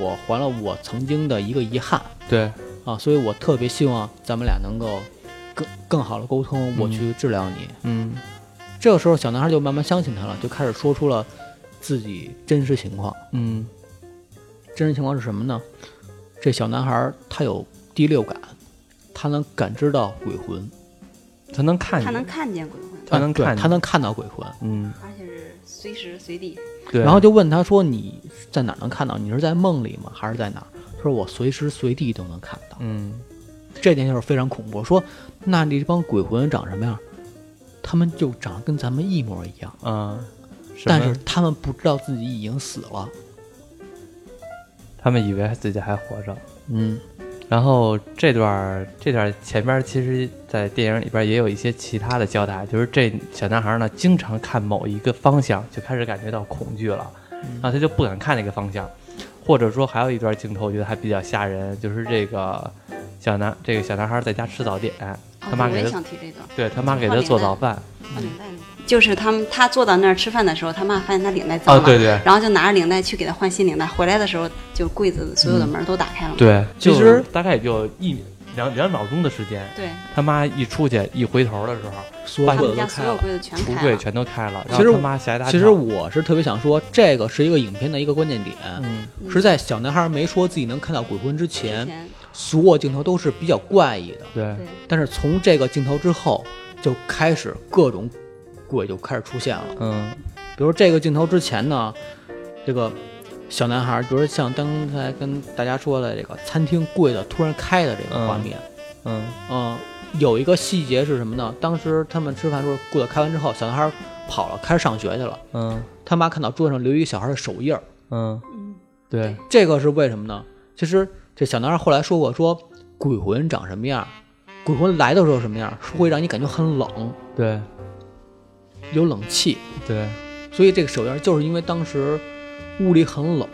[SPEAKER 3] 我还了我曾经的一个遗憾
[SPEAKER 1] 对，
[SPEAKER 3] 啊，所以我特别希望咱们俩能够更更好的沟通，我
[SPEAKER 1] 嗯
[SPEAKER 3] 去治疗你。
[SPEAKER 1] 嗯
[SPEAKER 3] 这个时候，小男孩就慢慢相信他了，就开始说出了自己真实情况。
[SPEAKER 1] 嗯
[SPEAKER 3] 真实情况是什么呢？这小男孩他有第六感，他能感知到鬼魂，
[SPEAKER 1] 他能看见
[SPEAKER 2] 他能，看见鬼魂，
[SPEAKER 1] 他能
[SPEAKER 3] 啊对
[SPEAKER 1] 看见
[SPEAKER 3] 他能看到鬼魂。
[SPEAKER 1] 嗯，
[SPEAKER 2] 而且是随时随地。
[SPEAKER 1] 对，
[SPEAKER 3] 然后就问他说：“你在哪儿能看到？你是在梦里吗？还是在哪儿？”他说：“我随时随地都能看到。
[SPEAKER 1] 嗯”
[SPEAKER 3] 这点就是非常恐怖。说那这帮鬼魂长什么样？他们就长得跟咱们一模一样，
[SPEAKER 1] 啊，什
[SPEAKER 3] 但
[SPEAKER 1] 么
[SPEAKER 3] 是他们不知道自己已经死了。
[SPEAKER 1] 他们以为自己还活着。
[SPEAKER 3] 嗯，
[SPEAKER 1] 然后这段儿这段儿前边儿其实，在电影里边儿也有一些其他的交代，就是这小男孩儿呢，经常看某一个方向就开始感觉到恐惧了，
[SPEAKER 3] 嗯
[SPEAKER 1] 然后他就不敢看那个方向，或者说还有一段镜头，我觉得还比较吓人，就是这个小男这个小男孩儿在家吃早点，
[SPEAKER 2] 啊
[SPEAKER 1] 他妈
[SPEAKER 2] 我
[SPEAKER 1] 给
[SPEAKER 2] 也
[SPEAKER 1] 他
[SPEAKER 2] 想提这段。
[SPEAKER 1] 对他妈给他做早饭，
[SPEAKER 2] 他领带那个就是他们，他坐到那儿吃饭的时候，他妈发现他领带脏
[SPEAKER 1] 哦
[SPEAKER 2] 了，
[SPEAKER 1] 对对
[SPEAKER 2] 然后就拿着领带去给他换新领带。回来的时候，就柜子所有的门都打开了嘛。
[SPEAKER 1] 对，
[SPEAKER 3] 其
[SPEAKER 1] 就
[SPEAKER 3] 实
[SPEAKER 1] 大概也就一两两秒钟的时间，
[SPEAKER 2] 对，
[SPEAKER 1] 他妈一出去一回头的时候，
[SPEAKER 3] 所
[SPEAKER 1] 把
[SPEAKER 2] 他
[SPEAKER 3] 有
[SPEAKER 2] 们
[SPEAKER 3] 的
[SPEAKER 2] 家
[SPEAKER 3] 都
[SPEAKER 2] 所
[SPEAKER 3] 开
[SPEAKER 2] 有
[SPEAKER 3] 了。
[SPEAKER 2] 柜子全
[SPEAKER 1] 橱
[SPEAKER 2] 开
[SPEAKER 1] 柜
[SPEAKER 2] 了。
[SPEAKER 1] 全都开了，然
[SPEAKER 3] 其实
[SPEAKER 1] 后
[SPEAKER 3] 我
[SPEAKER 1] 他妈吓一大跳，
[SPEAKER 3] 其实我是特别想说，这个是一个影片的一个关键点，
[SPEAKER 1] 嗯
[SPEAKER 3] 是在小男孩没说自己能看到鬼魂之
[SPEAKER 2] 之
[SPEAKER 3] 前，
[SPEAKER 2] 前
[SPEAKER 3] 所有镜头都是比较怪异的。
[SPEAKER 1] 对
[SPEAKER 2] 对，
[SPEAKER 3] 但是从这个镜头之后，就开始各种鬼就开始出现了。
[SPEAKER 1] 嗯。
[SPEAKER 3] 比如这个镜头之前呢，这个小男孩，比如像刚才跟大家说的这个餐厅柜子突然开的这个画面，
[SPEAKER 1] 嗯
[SPEAKER 3] 嗯有一个细节是什么呢？当时他们吃饭时候，柜子开完之后，小男孩跑了，开始上学去了。
[SPEAKER 1] 嗯
[SPEAKER 3] 他妈看到桌上留一个小孩的手印儿，
[SPEAKER 1] 嗯，
[SPEAKER 2] 嗯，
[SPEAKER 1] 对，
[SPEAKER 3] 这个是为什么呢？其实这小男孩后来说过，说鬼魂长什么样，鬼魂来的时候什么样，是会让你感觉很冷，
[SPEAKER 1] 对
[SPEAKER 3] 有冷气，
[SPEAKER 1] 对，
[SPEAKER 3] 所以这个手印儿就是因为当时屋里很冷，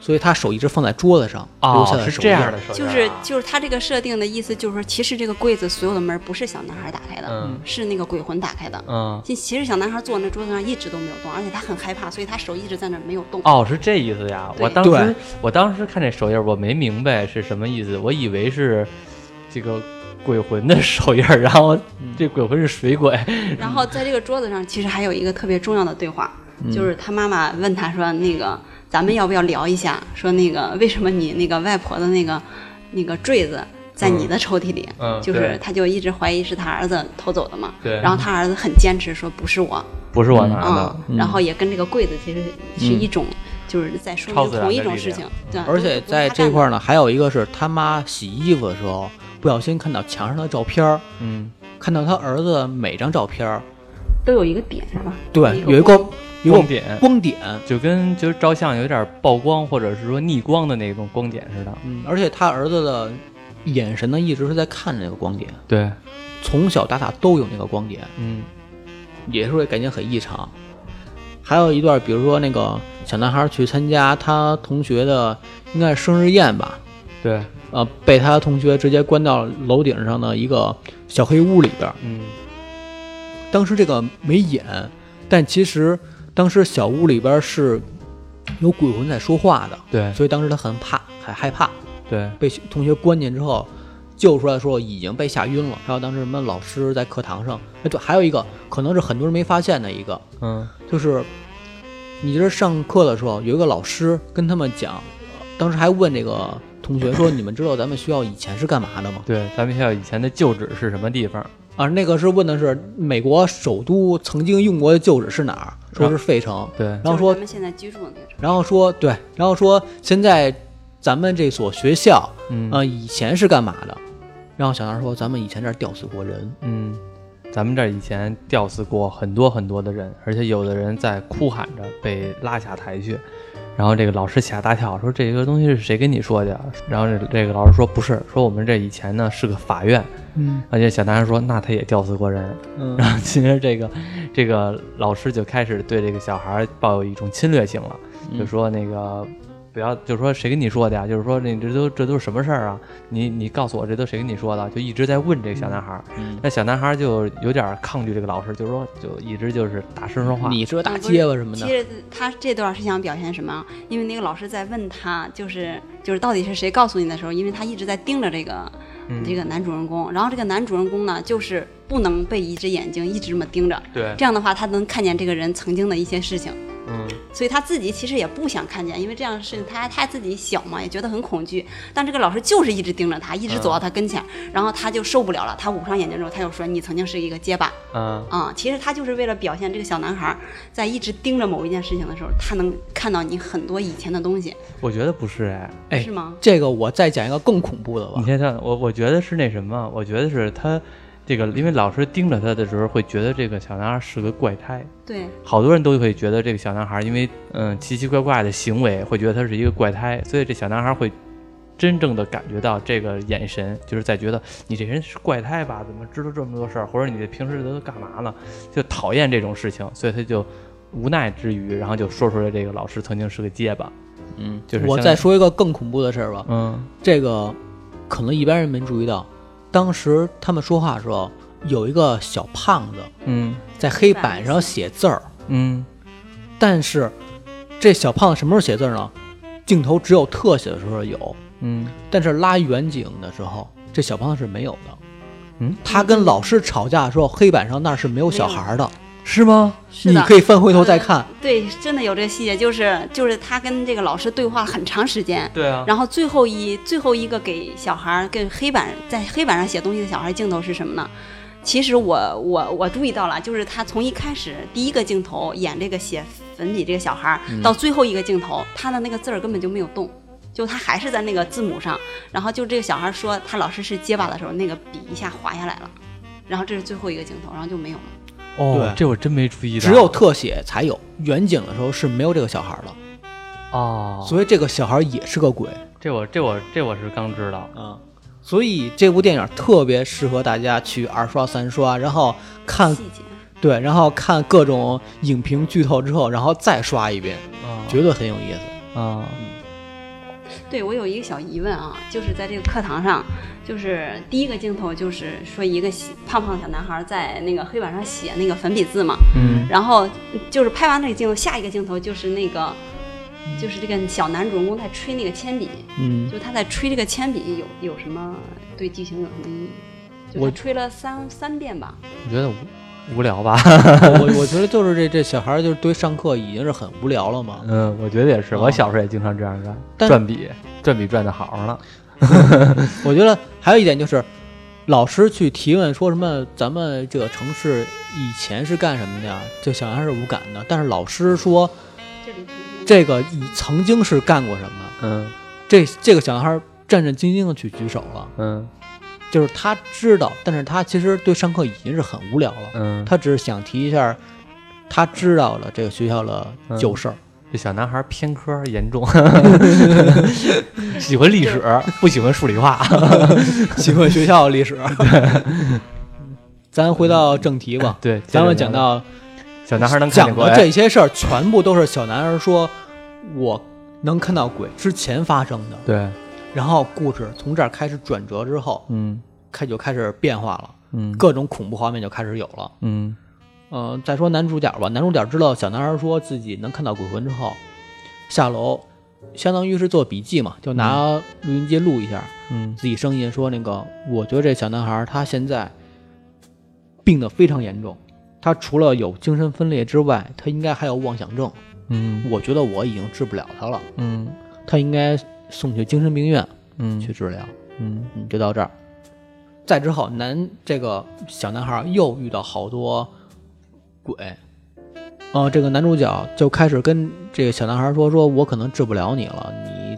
[SPEAKER 3] 所以他手一直放在桌子上，留下的
[SPEAKER 1] 哦是
[SPEAKER 3] 手
[SPEAKER 1] 这
[SPEAKER 3] 印
[SPEAKER 1] 样
[SPEAKER 3] 儿。嗯
[SPEAKER 1] 的手印
[SPEAKER 2] 就
[SPEAKER 1] 儿
[SPEAKER 2] 是
[SPEAKER 1] 啊
[SPEAKER 2] 就是他这个设定的意思，就是说，其实这个柜子所有的门不是小男孩打开的，
[SPEAKER 1] 嗯
[SPEAKER 2] 是那个鬼魂打开的。
[SPEAKER 1] 嗯，
[SPEAKER 2] 其其实小男孩坐那桌子上一直都没有动，而且他很害怕，所以他手一直在那儿没有动。
[SPEAKER 1] 哦，是这意思呀。
[SPEAKER 2] 对
[SPEAKER 1] 我当
[SPEAKER 3] 对
[SPEAKER 1] 时我当时看这手印儿，我没明白是什么意思，我以为是这个鬼魂的手印儿，然后这鬼魂是水鬼，
[SPEAKER 2] 然后在这个桌子上，其实还有一个特别重要的对话，
[SPEAKER 1] 嗯
[SPEAKER 2] 就是他妈妈问他说：“那个，咱们要不要聊一下？说那个为什么你那个外婆的那个那个坠子在你的抽屉里？
[SPEAKER 1] 嗯
[SPEAKER 2] 就是
[SPEAKER 1] 对
[SPEAKER 2] 他就一直怀疑是他儿子偷走的嘛。
[SPEAKER 1] 对
[SPEAKER 2] 然后他儿子很坚持说不是我
[SPEAKER 1] 不是我拿的
[SPEAKER 2] 啊，，然后也跟这个柜子其实是一种就是在说
[SPEAKER 1] 嗯超
[SPEAKER 2] 明
[SPEAKER 1] 自然
[SPEAKER 2] 同
[SPEAKER 1] 的
[SPEAKER 2] 一种
[SPEAKER 1] 力
[SPEAKER 2] 事
[SPEAKER 1] 量
[SPEAKER 2] 情。对，
[SPEAKER 3] 而且在这块儿呢，还有一个是他妈洗衣服的时候，不小心看到墙上的照片儿，
[SPEAKER 1] 嗯
[SPEAKER 3] 看到他儿子每张照片儿，
[SPEAKER 2] 都有一个点是吧？
[SPEAKER 3] 对，
[SPEAKER 2] 有
[SPEAKER 3] 有一个有一
[SPEAKER 1] 光
[SPEAKER 3] 个
[SPEAKER 1] 点
[SPEAKER 3] 光点，嗯
[SPEAKER 1] 就跟就是照相有点曝光或者是说逆光的那种光点似的，
[SPEAKER 3] 嗯，而且他儿子的眼神呢，一直是在看着那个光点，
[SPEAKER 1] 对，
[SPEAKER 3] 从小打打都有那个光点，
[SPEAKER 1] 嗯
[SPEAKER 3] 也是会感觉很异常。还有一段，比如说那个小男孩去参加他同学的应该是生日宴吧，
[SPEAKER 1] 对，
[SPEAKER 3] 呃，被他同学直接关到楼顶上的一个小黑屋里边儿。
[SPEAKER 1] 嗯
[SPEAKER 3] 当时这个没演，但其实当时小屋里边儿是有鬼魂在说话的，
[SPEAKER 1] 对
[SPEAKER 3] 所以当时他很怕，很害怕。
[SPEAKER 1] 对，嗯
[SPEAKER 3] 被同学关进之后救出来的时候已经被吓晕了。还有当时什么老师在课堂上，哎对，还有一个可能是很多人没发现的一个，
[SPEAKER 1] 嗯
[SPEAKER 3] 就是你这上课的时候有一个老师跟他们讲，当时还问这个同学说：“你们知道咱们学校以前是干嘛的吗
[SPEAKER 1] 对，咱们学校以前的旧址是什么地方？？”
[SPEAKER 3] 啊，那个是问的是美国首都曾经用过的旧址是哪儿，说是费城，
[SPEAKER 1] 对，
[SPEAKER 3] 然后
[SPEAKER 2] 就是
[SPEAKER 3] 说
[SPEAKER 2] 咱们现在居住的那个城
[SPEAKER 3] 然后说对，然后说现在咱们这所学校，
[SPEAKER 1] 嗯
[SPEAKER 3] 呃，以前是干嘛的？然后小男孩说：“咱们以前这儿吊死过人。”
[SPEAKER 1] 嗯，咱们这儿以前吊死过很多很多的人，而且有的人在哭喊着被拉下台去。然后这个老师吓大跳，说这个东西是谁跟你说的呀？然后这这个老师说不是，说我们这以前呢是个法院。
[SPEAKER 3] 嗯
[SPEAKER 1] 而且小男孩说那他也吊死过人。
[SPEAKER 3] 嗯
[SPEAKER 1] [LAUGHS] 然后其实这个这
[SPEAKER 3] 嗯
[SPEAKER 1] 个老师就开始对这个小孩抱有一种侵略性了，就说那个不要，就是说谁跟你说的呀？就是说你这都这都是什么事儿啊？你你告诉我这都谁跟你说的？就一直在问这个小男孩儿，
[SPEAKER 3] 嗯
[SPEAKER 1] 那小男孩儿就有点抗拒这个老师，就是说就一直就是打声说话。
[SPEAKER 3] 你是不是打
[SPEAKER 2] 嗯不
[SPEAKER 3] 结巴什么
[SPEAKER 2] 其
[SPEAKER 3] 的？
[SPEAKER 2] 实他这段是想表现什么？因为那个老师在问他，就是就是到底是谁告诉你的时候，因为他一直在盯着这个、
[SPEAKER 1] 嗯
[SPEAKER 2] 这个男主人公，然后这个男主人公呢，就是不能被一只眼睛一直这么盯着，
[SPEAKER 1] 对，
[SPEAKER 2] 这样的话他能看见这个人曾经的一些事情，
[SPEAKER 1] 嗯
[SPEAKER 2] 所以他自己其实也不想看见，因为这样的事情他他自己小嘛，也觉得很恐惧，但这个老师就是一直盯着他，一直走到他跟前，然后他就受不了了，他捂上眼睛之后，他就说你曾经是一个结巴。
[SPEAKER 1] 嗯
[SPEAKER 2] 啊、其实他就是为了表现这个小男孩儿在一直盯着某一件事情的时候，他能看到你很多以前的东西，
[SPEAKER 1] 我觉得不是哎，
[SPEAKER 3] 哎
[SPEAKER 2] 是，吗？
[SPEAKER 3] 这个我再讲一个更恐怖的吧
[SPEAKER 1] 你。先看我，我觉得是那什么，我觉得是他这个，因为老师盯着他的时候，会觉得这个小男孩是个怪胎。
[SPEAKER 2] 对，
[SPEAKER 1] 好多人都会觉得这个小男孩，因为嗯奇奇怪怪的行为，会觉得他是一个怪胎，所以这小男孩会真正的感觉到这个眼神，就是在觉得你这人是怪胎吧？怎么知道这么多事儿？或者你平时都干嘛呢？就讨厌这种事情，所以他就无奈之余，然后就说出来这个老师曾经是个结巴。
[SPEAKER 3] 嗯，
[SPEAKER 1] 就是
[SPEAKER 3] 我
[SPEAKER 1] 相当
[SPEAKER 3] 再
[SPEAKER 1] 于
[SPEAKER 3] 说一个更恐怖的事儿吧。
[SPEAKER 1] 嗯
[SPEAKER 3] 这个可能一般人没注意到，当时他们说话的时候，有一个小胖子
[SPEAKER 1] 嗯
[SPEAKER 3] 在黑板上写字儿，
[SPEAKER 1] 嗯
[SPEAKER 3] 但是这小胖子什么时候写字儿呢？镜头只有特写的时候有，
[SPEAKER 1] 嗯
[SPEAKER 3] 但是拉远景的时候，这小胖子是没有的。
[SPEAKER 1] 嗯，
[SPEAKER 3] 他跟老师吵架的时候，黑板上那儿是没有小孩儿的，
[SPEAKER 1] 是吗？
[SPEAKER 2] 是
[SPEAKER 3] 你
[SPEAKER 2] 的。
[SPEAKER 3] 可以翻回头再看。
[SPEAKER 2] 对，真的有这个细节，就是就是他跟这个老师对话很长时间，
[SPEAKER 1] 对啊，
[SPEAKER 2] 然后最后一最后一个给小孩儿跟黑板在黑板上写东西的小孩儿镜头是什么呢？其实我我我注意到了，就是他从一开始第一个镜头演这个写粉笔这个小孩儿，到最后一个镜头，他的那个字儿根本就没有动，就他还是在那个字母上。然后就这个小孩儿说他老师是结巴的时候，那个笔一下滑下来了，然后这是最后一个镜头，然后就没有了。
[SPEAKER 1] 哦
[SPEAKER 3] 对，
[SPEAKER 1] 这我真没注意到，
[SPEAKER 3] 只有特写才有，远景的时候是没有这个小孩儿的，
[SPEAKER 1] 哦，
[SPEAKER 3] 所以这个小孩儿也是个鬼。
[SPEAKER 1] 这我这我这我是刚知道，
[SPEAKER 3] 啊，所以这部电影特别适合大家去二刷、三刷，然后看
[SPEAKER 2] 细节，
[SPEAKER 3] 对，然后看各种影评剧透之后，然后再刷一遍，
[SPEAKER 1] 啊
[SPEAKER 3] 绝对很有意思。
[SPEAKER 1] 啊，
[SPEAKER 2] 对我有一个小疑问啊，就是在这个课堂上，就是第一个镜头就是说一个小胖胖小男孩在那个黑板上写那个粉笔字嘛，
[SPEAKER 1] 嗯
[SPEAKER 2] 然后就是拍完那个镜头，下一个镜头就是那个，就是这个小男主人公在吹那个铅笔，
[SPEAKER 3] [LAUGHS] 嗯，
[SPEAKER 2] 就是他在吹这个铅笔有有什么对剧情有什么意义？就
[SPEAKER 3] 我
[SPEAKER 2] 他吹了三三遍吧，
[SPEAKER 1] 我觉得无无聊吧，
[SPEAKER 3] 我我觉得就是这这小孩儿就是对上课已经是很无聊了嘛。
[SPEAKER 1] 嗯，我觉得也是，
[SPEAKER 3] 啊
[SPEAKER 1] 我小时候也经常这样干，
[SPEAKER 3] 但
[SPEAKER 1] 转笔，转笔转的好上了，
[SPEAKER 3] [LAUGHS] 我觉得还有一点就是，老师去提问说什么咱们这个城市以前是干什么的呀？这小孩儿是无感的，但是老师说
[SPEAKER 2] 这里曾经
[SPEAKER 3] 这个以曾经是干过什么，
[SPEAKER 1] 嗯
[SPEAKER 3] 这这个小孩儿战战兢兢的去举手了。
[SPEAKER 1] 嗯
[SPEAKER 3] 就是他知道，但是他其实对上课已经是很无聊了，
[SPEAKER 1] 嗯，
[SPEAKER 3] 他只是想提一下，他知道了这个学校的
[SPEAKER 1] 嗯 [LAUGHS]
[SPEAKER 3] 旧事儿。
[SPEAKER 1] 这小男孩偏科严 [LAUGHS] 重，喜欢历史，不喜欢数理化，
[SPEAKER 3] 喜欢学校历史。咱回到正题吧，
[SPEAKER 1] [LAUGHS] 嗯对，
[SPEAKER 3] [LAUGHS] 咱们
[SPEAKER 1] 接着
[SPEAKER 3] 讲
[SPEAKER 1] 聊
[SPEAKER 3] 到
[SPEAKER 1] 小男孩能看
[SPEAKER 3] 讲
[SPEAKER 1] 见哎鬼
[SPEAKER 3] 的，这些事儿，全部都是小男孩说我能看到鬼之前发生的，
[SPEAKER 1] 对，
[SPEAKER 3] 然后故事从这儿开始转折之后，
[SPEAKER 1] 嗯
[SPEAKER 3] 开就开始变化了，
[SPEAKER 1] 嗯
[SPEAKER 3] 各种恐怖画面就开始有了。
[SPEAKER 1] 嗯
[SPEAKER 3] 呃，再说男主角吧，男主角知道小男孩说自己能看到鬼魂之后，下楼，相当于是做笔记嘛，就拿录音机录一下、
[SPEAKER 1] 嗯
[SPEAKER 3] 自己声音，说那个，我觉得这小男孩他现在病得非常严重，他除了有精神分裂之外，他应该还有妄想症，
[SPEAKER 1] 嗯
[SPEAKER 3] 我觉得我已经治不了他了，
[SPEAKER 1] 嗯
[SPEAKER 3] 他应该送去精神病院
[SPEAKER 1] 嗯
[SPEAKER 3] 去治疗。
[SPEAKER 1] 嗯
[SPEAKER 3] 嗯，就到这儿。再之后，男这个小男孩又遇到好多鬼，呃，这个男主角就开始跟这个小男孩说：“说我可能治不了你了，你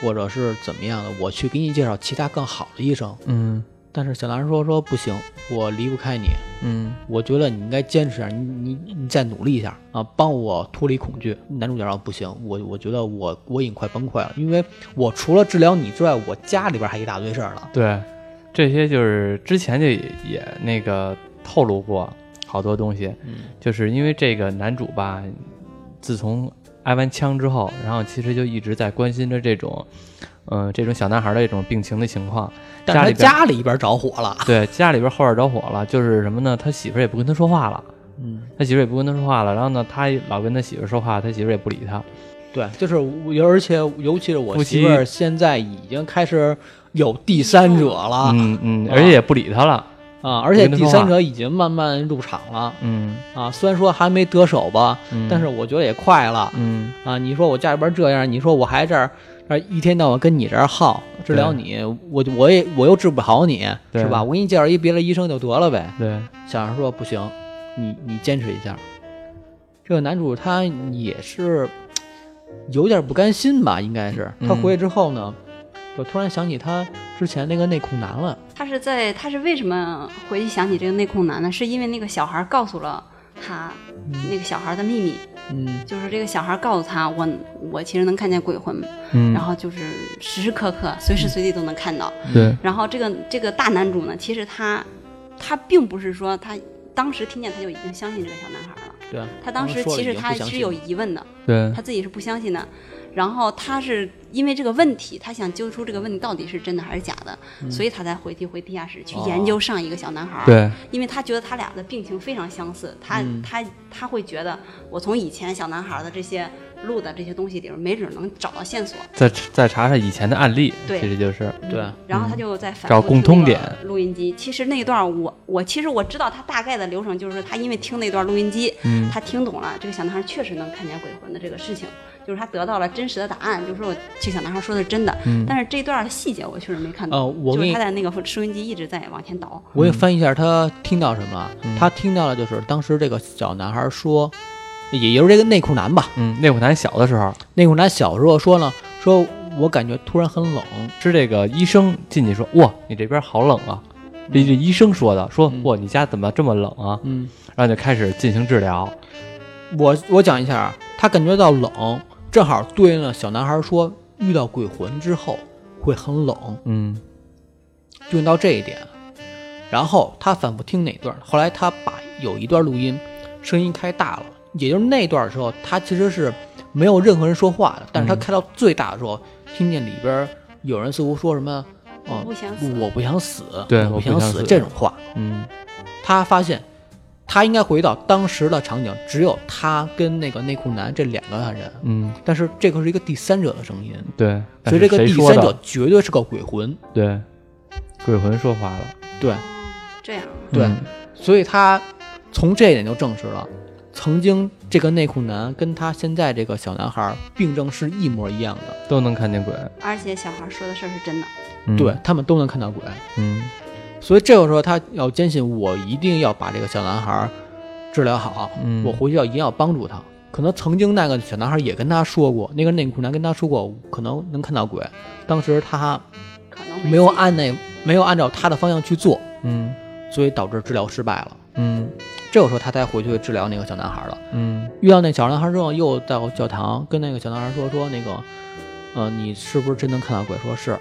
[SPEAKER 3] 或者是怎么样的，我去给你介绍其他更好的医生。
[SPEAKER 1] 嗯”
[SPEAKER 3] 但是小男孩说：“说不行，我离不开你，
[SPEAKER 1] 嗯
[SPEAKER 3] 我觉得你应该坚持，你你你再努力一下啊，帮我脱离恐惧。”男主角说：“不行，我我觉得我我已经快崩溃了，因为我除了治疗你之外，我家里边还一大堆事儿了。”
[SPEAKER 1] 对，这些就是之前就也也那个透露过好多东西，
[SPEAKER 3] 嗯
[SPEAKER 1] 就是因为这个男主吧，自从挨完枪之后，然后其实就一直在关心着这种，呃，这种小男孩的一种病情的情况。
[SPEAKER 3] 但是他
[SPEAKER 1] 里边
[SPEAKER 3] 家里边着火了，
[SPEAKER 1] 对家里边后院着火了，就是什么呢？他媳妇儿也不跟他说话了，
[SPEAKER 3] 嗯，
[SPEAKER 1] 他媳妇儿也不跟他说话了。然后呢，他老跟他媳妇儿说话，他媳妇儿也不理他。
[SPEAKER 3] 对，就是我而且尤其是我
[SPEAKER 1] 夫妻
[SPEAKER 3] 媳妇儿现在已经开始有第三者了、
[SPEAKER 1] 嗯嗯，
[SPEAKER 3] 啊
[SPEAKER 1] 而且也不理他了。
[SPEAKER 3] 啊，而且
[SPEAKER 1] 不跟他
[SPEAKER 3] 第
[SPEAKER 1] 说话
[SPEAKER 3] 三者已经慢慢入场了
[SPEAKER 1] 嗯
[SPEAKER 3] 啊，虽然说还没得手吧，
[SPEAKER 1] 嗯
[SPEAKER 3] 但是我觉得也快了
[SPEAKER 1] 嗯，
[SPEAKER 3] 啊。你说我家里边这样，你说我还这儿。这一天到晚跟你这儿耗治疗你，我我也我又治不好你，
[SPEAKER 1] 对
[SPEAKER 3] 是吧？我给你介绍一别的医生就得了呗。
[SPEAKER 1] 对，
[SPEAKER 3] 小孩说不行，你你坚持一下。这个男主他也是有点不甘心吧，应该是
[SPEAKER 1] 嗯
[SPEAKER 3] 他回去之后呢，我突然想起他之前那个内裤男了，
[SPEAKER 2] 他是在他是为什么回去想起这个内控男呢？是因为那个小孩告诉了他那个小孩的秘密，
[SPEAKER 3] 嗯，
[SPEAKER 2] 就是这个小孩告诉他，我我其实能看见鬼魂，
[SPEAKER 1] 嗯
[SPEAKER 2] 然后就是时时刻刻、随
[SPEAKER 3] 嗯
[SPEAKER 2] 时随地都能看到。
[SPEAKER 1] 对，
[SPEAKER 2] 然后这个这个大男主呢，其实他他并不是说他当时听见他就已经相信这个小男孩了，
[SPEAKER 3] 对，
[SPEAKER 2] 他当时
[SPEAKER 3] 哦说了
[SPEAKER 2] 其实
[SPEAKER 3] 已经
[SPEAKER 2] 他
[SPEAKER 3] 不相
[SPEAKER 2] 是
[SPEAKER 3] 信
[SPEAKER 2] 有
[SPEAKER 3] 了嗯
[SPEAKER 2] 疑问的，
[SPEAKER 1] 对
[SPEAKER 2] 他自己是不相信的。然后他是因为这个问题，他想揪出这个问题到底是真的还是假的，
[SPEAKER 3] 嗯
[SPEAKER 2] 所以他才回去回地下室去
[SPEAKER 3] 哦
[SPEAKER 2] 研究上一个小男孩。，
[SPEAKER 1] 对，
[SPEAKER 2] 因为他觉得他俩的病情非常相似，他、
[SPEAKER 3] 嗯
[SPEAKER 2] 他他会觉得我从以前小男孩的这些录的这些东西里面，没准能找到线索。
[SPEAKER 1] 再再查查以前的案例，
[SPEAKER 2] 对
[SPEAKER 1] 其实就是
[SPEAKER 3] 对
[SPEAKER 2] 然后他就在反
[SPEAKER 1] 找
[SPEAKER 2] 复
[SPEAKER 1] 共
[SPEAKER 2] 听那
[SPEAKER 1] 通
[SPEAKER 2] 个
[SPEAKER 1] 点
[SPEAKER 2] 录音机。其实那段儿我我其实我知道他大概的流程，就是他因为听那段录音机，
[SPEAKER 1] 嗯
[SPEAKER 2] 他听懂了这个小男孩确实能看见鬼魂的这个事情，就是他得到了真实的答案，就是说我这小男孩说的是真的。
[SPEAKER 1] 嗯
[SPEAKER 2] 但是这段细节我确实没看
[SPEAKER 3] 呃
[SPEAKER 2] 懂，
[SPEAKER 3] 我
[SPEAKER 2] 就
[SPEAKER 3] 给
[SPEAKER 2] 是
[SPEAKER 3] 你
[SPEAKER 2] 他在那个收音机一直在往前倒。
[SPEAKER 3] 我给你翻译一下，他听到什么了？
[SPEAKER 1] 嗯
[SPEAKER 3] 他听到了就是当时这个小男孩说，也就是这个内裤男吧，
[SPEAKER 1] 嗯，那会儿男小的时候
[SPEAKER 3] 内裤男小时候说呢，说我感觉突然很冷，
[SPEAKER 1] 是这个医生进去说，哇，你这边好冷啊。这这医生说的，说
[SPEAKER 3] 嗯
[SPEAKER 1] 哇，你家怎么这么冷啊？
[SPEAKER 3] 嗯，
[SPEAKER 1] 然后就开始进行治疗。
[SPEAKER 3] 我我讲一下啊，他感觉到冷，正好对应了小男孩说遇到鬼魂之后会很冷，
[SPEAKER 1] 嗯
[SPEAKER 3] 对应到这一点。然后他反复听哪段，后来他把有一段录音声音开大了，也就是那段的时候，他其实是没有任何人说话的，但是他
[SPEAKER 1] 嗯
[SPEAKER 3] 开到最大的时候，听见里边有人似乎说什么
[SPEAKER 2] 我
[SPEAKER 3] 哦
[SPEAKER 2] 不想死
[SPEAKER 3] 我不想死，
[SPEAKER 1] 对
[SPEAKER 3] 我
[SPEAKER 1] 我不
[SPEAKER 3] 想
[SPEAKER 1] 想
[SPEAKER 3] 死
[SPEAKER 1] 死
[SPEAKER 3] 这种话。
[SPEAKER 1] 嗯
[SPEAKER 3] 他发现他应该回到当时的场景，只有他跟那个内裤男这两个人，
[SPEAKER 1] 嗯，
[SPEAKER 3] 但是这个是一个第三者的声音，
[SPEAKER 1] 对。但
[SPEAKER 3] 所
[SPEAKER 1] 是
[SPEAKER 3] 以这个
[SPEAKER 1] 谁
[SPEAKER 3] 第
[SPEAKER 1] 说
[SPEAKER 3] 三
[SPEAKER 1] 的
[SPEAKER 3] 者绝对是个鬼魂。
[SPEAKER 1] 对鬼魂说话了。
[SPEAKER 3] 对
[SPEAKER 2] 这样，
[SPEAKER 3] 对，
[SPEAKER 1] 嗯
[SPEAKER 3] 所以他从这一点就证实了，曾经这个内裤男跟他现在这个小男孩病症是一模一样的，
[SPEAKER 1] 都能看见鬼。
[SPEAKER 2] 而且小孩说的事儿是真的。
[SPEAKER 1] 嗯
[SPEAKER 3] 对，他们都能看到鬼。
[SPEAKER 1] 嗯
[SPEAKER 3] 所以这个时候他要坚信，我一定要把这个小男孩治疗好，
[SPEAKER 1] 嗯
[SPEAKER 3] 我回去要一定要帮助他。可能曾经那个小男孩也跟他说过，那个内裤男跟他说过，可能能看到鬼。当时他
[SPEAKER 2] 可能
[SPEAKER 3] 没有
[SPEAKER 2] 信
[SPEAKER 3] 按那没有按照他的方向去做，
[SPEAKER 1] 嗯
[SPEAKER 3] 所以导致治疗失败了。
[SPEAKER 1] 嗯
[SPEAKER 3] 这个时候他才回去治疗那个小男孩了。
[SPEAKER 1] 嗯
[SPEAKER 3] 遇到那小男孩之后，又到教堂跟那个小男孩说说那个，呃，你是不是真能看到鬼？说是。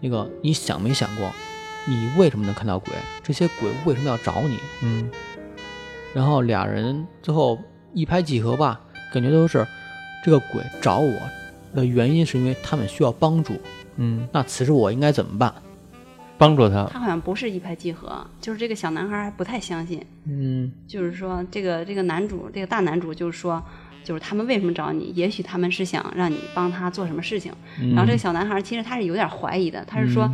[SPEAKER 3] 那个你想没想过，你为什么能看到鬼？这些鬼为什么要找你？
[SPEAKER 1] 嗯
[SPEAKER 3] 然后俩人最后一拍即合吧，感觉都是这个鬼找我的原因是因为他们需要帮助。
[SPEAKER 1] 嗯，
[SPEAKER 3] 那此时我应该怎么办？
[SPEAKER 1] 帮助他。
[SPEAKER 2] 他好像不是一拍即合，就是这个小男孩还不太相信。
[SPEAKER 3] 嗯，
[SPEAKER 2] 就是说，这个这个男主，这个大男主就是说，就是他们为什么找你？也许他们是想让你帮他做什么事情。
[SPEAKER 1] 嗯
[SPEAKER 2] 然后这个小男孩其实他是有点怀疑的，他是说，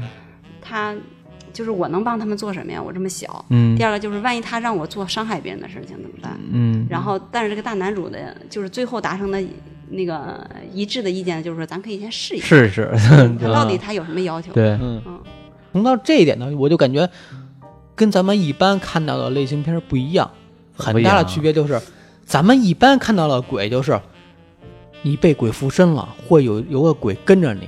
[SPEAKER 2] 他就是我能帮他们做什么呀？我这么小。
[SPEAKER 1] 嗯
[SPEAKER 2] 第二个就是，万一他让我做伤害别人的事情怎么办？
[SPEAKER 1] 嗯
[SPEAKER 2] 然后，但是这个大男主的，就是最后达成的那个一致的意见，就是说，咱可以先试一试，
[SPEAKER 1] 试试。
[SPEAKER 2] 他
[SPEAKER 1] [LAUGHS]
[SPEAKER 2] 到底他有什么要求？
[SPEAKER 1] 对，
[SPEAKER 3] 嗯
[SPEAKER 2] 嗯，
[SPEAKER 3] 从到这一点呢，我就感觉跟咱们一般看到的类型片儿不一样，
[SPEAKER 1] 不
[SPEAKER 3] 很
[SPEAKER 1] 一样
[SPEAKER 3] 大
[SPEAKER 1] 啊
[SPEAKER 3] 的区别就是，咱们一般看到的鬼就是你被鬼附身了，会有有个鬼跟着你，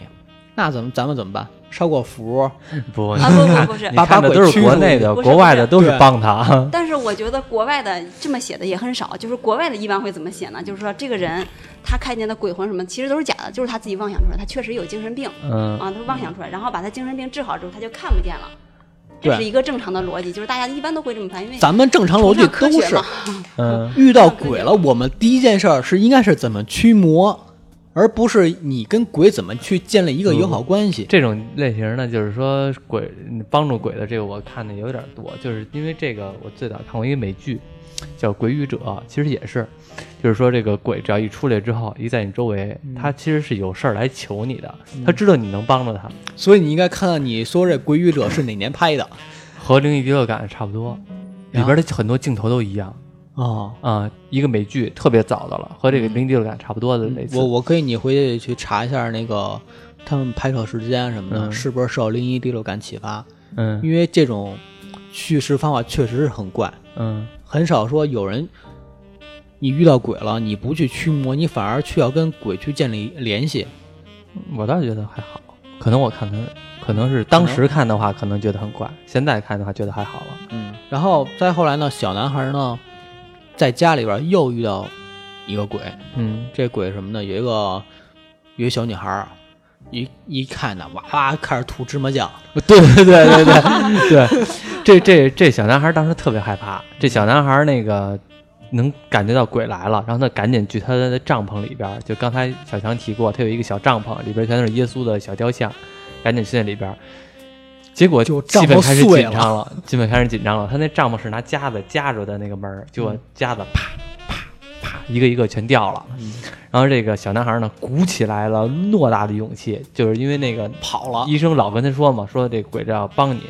[SPEAKER 3] 那怎么咱们怎么办？烧个符，
[SPEAKER 1] 不，
[SPEAKER 2] 啊不不不
[SPEAKER 1] [LAUGHS]
[SPEAKER 2] 是 [LAUGHS]
[SPEAKER 1] 你，看的都是国内的，
[SPEAKER 2] 不是
[SPEAKER 1] 国外的
[SPEAKER 2] 不
[SPEAKER 1] 都是
[SPEAKER 3] 对
[SPEAKER 1] 帮
[SPEAKER 2] [LAUGHS]
[SPEAKER 1] 他。
[SPEAKER 2] 但是我觉得国外的这么写的也很少，就是国外的一般会怎么写呢？就是说这个人他看见的鬼魂什么，其实都是假的，就是他自己妄想出来，他确实有精神病
[SPEAKER 1] 嗯
[SPEAKER 2] 啊，他妄想出来，然后把他精神病治好之后，他就看不见了。
[SPEAKER 3] 对
[SPEAKER 2] 这是一个正常的逻辑，就是大家一般都会这么翻，因为
[SPEAKER 3] 咱们正常逻辑
[SPEAKER 2] 崇尚科
[SPEAKER 3] 都
[SPEAKER 2] 学
[SPEAKER 3] 是
[SPEAKER 2] 嘛。
[SPEAKER 1] 嗯
[SPEAKER 3] 遇到鬼了，我们第一件事儿是应该是怎么驱魔，而不是你跟鬼怎么去建立一个友好关系。
[SPEAKER 1] 这种类型呢，就是说鬼帮助鬼的这个，我看的有点多，就是因为这个，我最早看过一个美剧，叫《鬼语者》，其实也是，就是说这个鬼只要一出来之后，一在你周围，他其实是有事儿来求你的，他知道你能帮助他，
[SPEAKER 3] 嗯所以你应该看看你说这《鬼语者》是哪年拍的
[SPEAKER 1] 和《灵异第六感》差不多，里边的很多镜头都一样
[SPEAKER 3] 哦。
[SPEAKER 1] 啊、一个美剧特别早的了，和这个《灵异第六感》差不多的类似。
[SPEAKER 3] 我我可以你回去去查一下那个他们拍摄时间什么的，
[SPEAKER 1] 嗯
[SPEAKER 3] 是不是受《零一第六感》启发？
[SPEAKER 1] 嗯
[SPEAKER 3] 因为这种叙事方法确实是很怪，
[SPEAKER 1] 嗯
[SPEAKER 3] 很少说有人你遇到鬼了，你不去驱魔，你反而去要跟鬼去建立联系。
[SPEAKER 1] 我倒觉得还好，可能我看的，可能是当时看的话，可能觉得很怪，现在看的话觉得还好了。
[SPEAKER 3] 嗯，然后再后来呢，小男孩呢在家里边又遇到一个鬼，
[SPEAKER 1] 嗯
[SPEAKER 3] 这鬼什么呢？有一个有一小女孩儿，一一看呢，哇哇开始吐芝麻酱，
[SPEAKER 1] [LAUGHS] 对对对对对对，这这这小男孩当时特别害怕，这小男孩那个能感觉到鬼来了，然后他赶紧去他的帐篷里边儿，就刚才小强提过，他有一个小帐篷，里边全都是耶稣的小雕像，赶紧去那里边儿。结果
[SPEAKER 3] 就
[SPEAKER 1] 基
[SPEAKER 3] 帐
[SPEAKER 1] 本
[SPEAKER 3] 篷
[SPEAKER 1] 开始
[SPEAKER 3] 碎
[SPEAKER 1] 紧张了，基本开始紧张了。他那帐篷是拿夹子夹住的那个门儿，结
[SPEAKER 3] 嗯
[SPEAKER 1] 果夹子啪啪啪一个一个全掉了。
[SPEAKER 3] 嗯
[SPEAKER 1] 然后这个小男孩呢，鼓起来了偌大的勇气，就是因为那个
[SPEAKER 3] 跑了。
[SPEAKER 1] 医生老跟他说嘛，说这鬼这要帮你，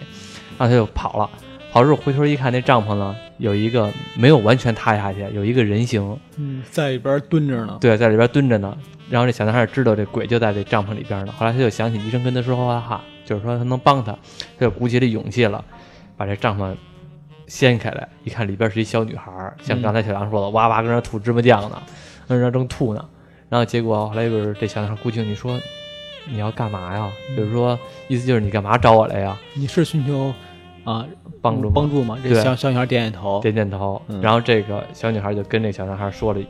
[SPEAKER 1] 然后他就跑了。跑之后回头一看，那帐篷呢有一个没有完全塌下去，有一个人形，
[SPEAKER 3] 嗯，在里边蹲着呢。
[SPEAKER 1] 对，在里边蹲着呢。然后这小男孩知道这鬼就在这帐篷里边呢，后来他就想起医生跟他说话话，就是说他能帮他，他就鼓起这勇气了，把这帐篷掀开来，一看里边是一小女孩儿，像刚才小杨说的，哇哇跟那吐芝麻酱呢，跟那正吐呢。然后结果后来就是这小男孩估计你说你要干嘛呀？就是说意思就是你干嘛找我来呀？
[SPEAKER 3] 你是寻求啊
[SPEAKER 1] 帮助吗
[SPEAKER 3] 帮助吗？这
[SPEAKER 1] 对
[SPEAKER 3] 小小女孩点点头。
[SPEAKER 1] 点点头，
[SPEAKER 3] 嗯
[SPEAKER 1] 然后这个小女孩就跟这小男孩说了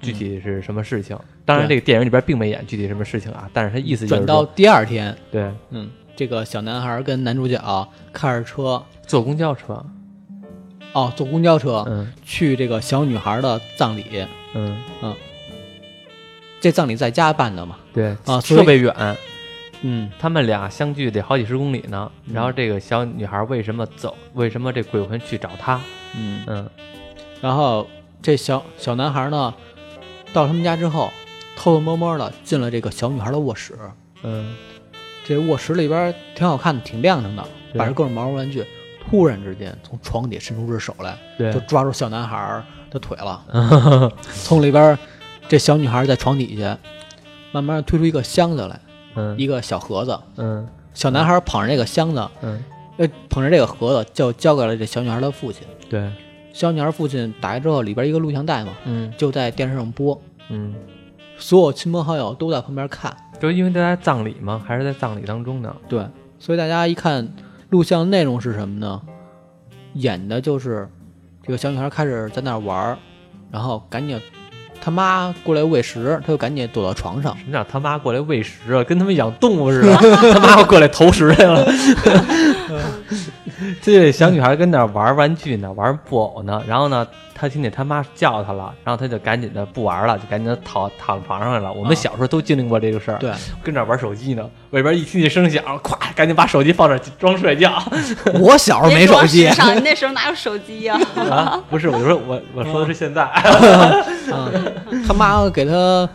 [SPEAKER 1] 具
[SPEAKER 3] 嗯
[SPEAKER 1] 体是什么事情。当然，这个电影里边并没演具体什么事情啊，但是他意思就是
[SPEAKER 3] 转
[SPEAKER 1] 说
[SPEAKER 3] 到第二天，
[SPEAKER 1] 对
[SPEAKER 3] 嗯，这个小男孩跟男主角啊开着车，
[SPEAKER 1] 坐公交车，
[SPEAKER 3] 啊哦，坐公交车、
[SPEAKER 1] 嗯
[SPEAKER 3] 去这个小女孩的葬礼。
[SPEAKER 1] 嗯，
[SPEAKER 3] 这葬礼在家办的嘛？
[SPEAKER 1] 对
[SPEAKER 3] 啊所以
[SPEAKER 1] 特别远，
[SPEAKER 3] 嗯，
[SPEAKER 1] 他们俩相距得好几十公里呢。然后这个小女孩为什么走？为什么这鬼魂去找她？
[SPEAKER 3] 嗯，
[SPEAKER 1] 嗯
[SPEAKER 3] 然后这小小男孩呢，到他们家之后，偷偷摸摸的进了这个小女孩的卧室。
[SPEAKER 1] 嗯
[SPEAKER 3] 这卧室里边挺好看的，挺亮堂的，
[SPEAKER 1] 对
[SPEAKER 3] 摆着各种毛绒玩具。突然之间，从床底伸出只手来，
[SPEAKER 1] 对
[SPEAKER 3] 嗯就抓住小男孩的腿了。
[SPEAKER 1] [LAUGHS]
[SPEAKER 3] 从里边儿，这小女孩在床底下，慢慢地推出一个箱子来，
[SPEAKER 1] 嗯
[SPEAKER 3] 一个小盒子。
[SPEAKER 1] 嗯
[SPEAKER 3] 小男孩捧着这个箱子，
[SPEAKER 1] 嗯，
[SPEAKER 3] 呃，捧着这个盒子，就交给了这小女孩的父亲。
[SPEAKER 1] 对，
[SPEAKER 3] 小女孩父亲打开之后，里边一个录像带嘛，
[SPEAKER 1] 嗯
[SPEAKER 3] 就在电视上播，
[SPEAKER 1] 嗯，
[SPEAKER 3] 所有亲朋好友都在旁边看。
[SPEAKER 1] 就因为他在葬礼嘛，还是在葬礼当中呢。
[SPEAKER 3] 对，所以大家一看录像内容是什么呢？演的就是这个小女孩开始在那儿玩儿，然后赶紧她妈过来喂食，她就赶紧躲到床上。
[SPEAKER 1] 什么叫他妈过来喂食啊？跟他们养动物似的， [LAUGHS] 他妈要过来投食来了。 [LAUGHS] 这小女孩跟那儿玩玩具呢，玩布偶呢。然后呢，她听见她妈叫她了，然后她就赶紧的不玩了，就赶紧的躺躺床上了。我们
[SPEAKER 3] 啊
[SPEAKER 1] 小时候都经历过这个事儿，
[SPEAKER 3] 对，
[SPEAKER 1] 跟那儿玩手机呢，外边一听见声响，咵，赶紧把手机放那儿装睡觉
[SPEAKER 3] [LAUGHS] 我小时候没手机
[SPEAKER 2] 别说市场，你那时候哪有手机呀、 [LAUGHS]
[SPEAKER 1] 啊！ [LAUGHS] 不是，我就说我我说的是现在，
[SPEAKER 3] 啊，他妈给她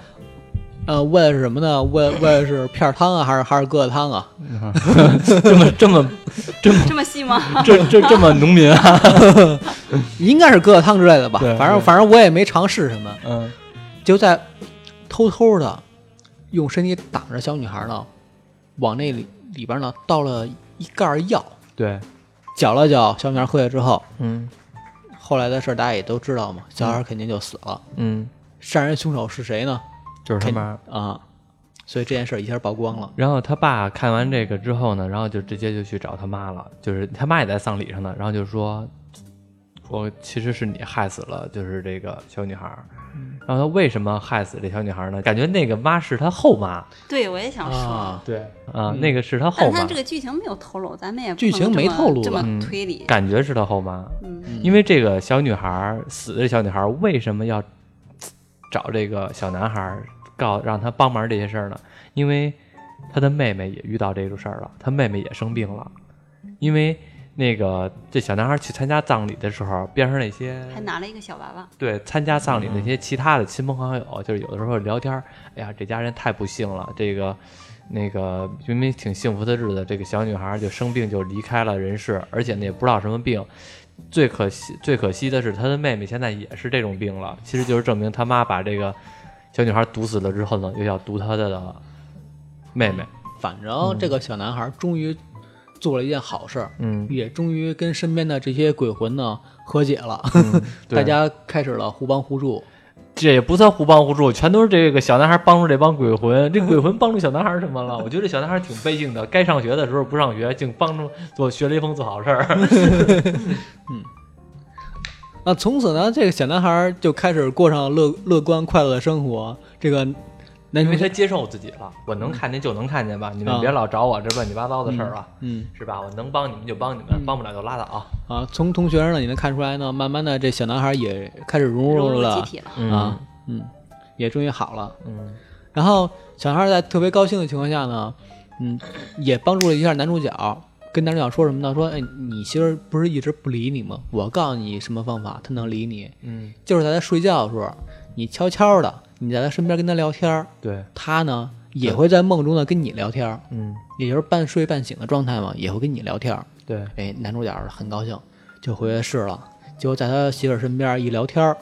[SPEAKER 3] 呃喂的是什么呢？喂喂的是片儿汤啊，还是还是疙瘩汤啊？
[SPEAKER 1] [LAUGHS] 这么这么
[SPEAKER 2] 这么细吗？
[SPEAKER 1] 这这这么农民啊，
[SPEAKER 3] 应该是疙瘩汤之类的吧
[SPEAKER 1] 对，
[SPEAKER 3] 反正
[SPEAKER 1] 对
[SPEAKER 3] 反正我也没尝试什么，
[SPEAKER 1] 嗯
[SPEAKER 3] 就在偷偷的用身体挡着小女孩呢，往那里里边呢倒了一盖儿药，
[SPEAKER 1] 对，
[SPEAKER 3] 搅了搅，小女孩喝下之后，
[SPEAKER 1] 嗯
[SPEAKER 3] 后来的事儿大家也都知道嘛，小孩肯定就死了。
[SPEAKER 1] 嗯，
[SPEAKER 3] 杀人凶手是谁呢？
[SPEAKER 1] 就是他
[SPEAKER 3] 肯
[SPEAKER 1] 妈。
[SPEAKER 3] 啊，所以这件事儿一下曝光了。
[SPEAKER 1] 然后他爸看完这个之后呢，然后就直接就去找他妈了，就是他妈也在丧礼上呢，然后就说，我其实是你害死了，就是这个小女孩儿。然后他为什么害死这小女孩儿呢？感觉那个妈是他后妈，
[SPEAKER 2] 对，我也想说。
[SPEAKER 3] 啊，
[SPEAKER 1] 对啊，那个是他后
[SPEAKER 2] 但
[SPEAKER 1] 妈
[SPEAKER 2] 他这，个剧情没有透露，咱们也不
[SPEAKER 3] 剧情
[SPEAKER 2] 能这
[SPEAKER 3] 没
[SPEAKER 2] 么
[SPEAKER 3] 透露
[SPEAKER 2] 这
[SPEAKER 3] 吧
[SPEAKER 2] 么
[SPEAKER 1] 嗯
[SPEAKER 2] 推理。
[SPEAKER 1] 感觉是他后妈，
[SPEAKER 2] 嗯，
[SPEAKER 1] 因为这个小女孩儿死的小女孩儿为什么要找这个小男孩儿？告让他帮忙这些事儿呢？因为他的妹妹也遇到这种事儿了，他妹妹也生病了，因为那个这小男孩去参加葬礼的时候，边上那些
[SPEAKER 2] 还拿了一个小娃娃，
[SPEAKER 1] 对参加葬礼
[SPEAKER 3] 嗯
[SPEAKER 1] 那些其他的亲朋好友，就是有的时候聊天儿，哎呀，这家人太不幸了，这个那个明明挺幸福的日子，这个小女孩就生病就离开了人世，而且呢也不知道什么病。最可惜最可惜的是，她的妹妹现在也是这种病了，其实就是证明他妈把这个小女孩毒死了之后呢，又要毒她的妹妹。
[SPEAKER 3] 反正这个小男孩终于做了一件好事儿，
[SPEAKER 1] 嗯，
[SPEAKER 3] 也终于跟身边的这些鬼魂呢和解了，
[SPEAKER 1] 嗯对
[SPEAKER 3] [LAUGHS] 大家开始了互帮互助。
[SPEAKER 1] 这也不算互帮互助，全都是这个小男孩帮助这帮鬼魂。这鬼魂帮助小男孩什么了？我觉得这小男孩挺悲情的，该上学的时候不上学，竟帮助做学雷锋做好事儿。
[SPEAKER 3] 那从此呢，这个小男孩就开始过上乐乐观快乐的生活。这个男
[SPEAKER 1] 因
[SPEAKER 3] 主
[SPEAKER 1] [LAUGHS] 为
[SPEAKER 3] 角
[SPEAKER 1] 他接受自己了，我能看见就能看见吧，你们
[SPEAKER 3] 啊
[SPEAKER 1] 别老找我这乱七八糟的事儿了，
[SPEAKER 3] 嗯
[SPEAKER 1] 是吧？我能帮你们就帮你们，帮不了就拉倒啊。
[SPEAKER 3] 啊，从同学那你能看出来呢，慢慢的这小男孩也开始融
[SPEAKER 2] 融
[SPEAKER 3] 入
[SPEAKER 2] 入集
[SPEAKER 3] 了
[SPEAKER 2] 体了。
[SPEAKER 3] 啊，嗯，也终于好了。
[SPEAKER 1] 嗯
[SPEAKER 3] 然后小孩在特别高兴的情况下呢，嗯，也帮助了一下男主角，跟男主角说什么呢？说，哎，你媳妇儿不是一直不理你吗？我告诉你什么方法，她能理你，
[SPEAKER 1] 嗯，
[SPEAKER 3] 就是在她睡觉的时候，你悄悄的，你在她身边跟她聊天儿，
[SPEAKER 1] 对，
[SPEAKER 3] 她呢也会在梦中呢跟你聊天儿，
[SPEAKER 1] 嗯
[SPEAKER 3] 也就是半睡半醒的状态嘛，也会跟你聊天儿。
[SPEAKER 1] 对，
[SPEAKER 3] 哎，男主角很高兴，就回来试了，结果在他媳妇儿身边一聊天儿，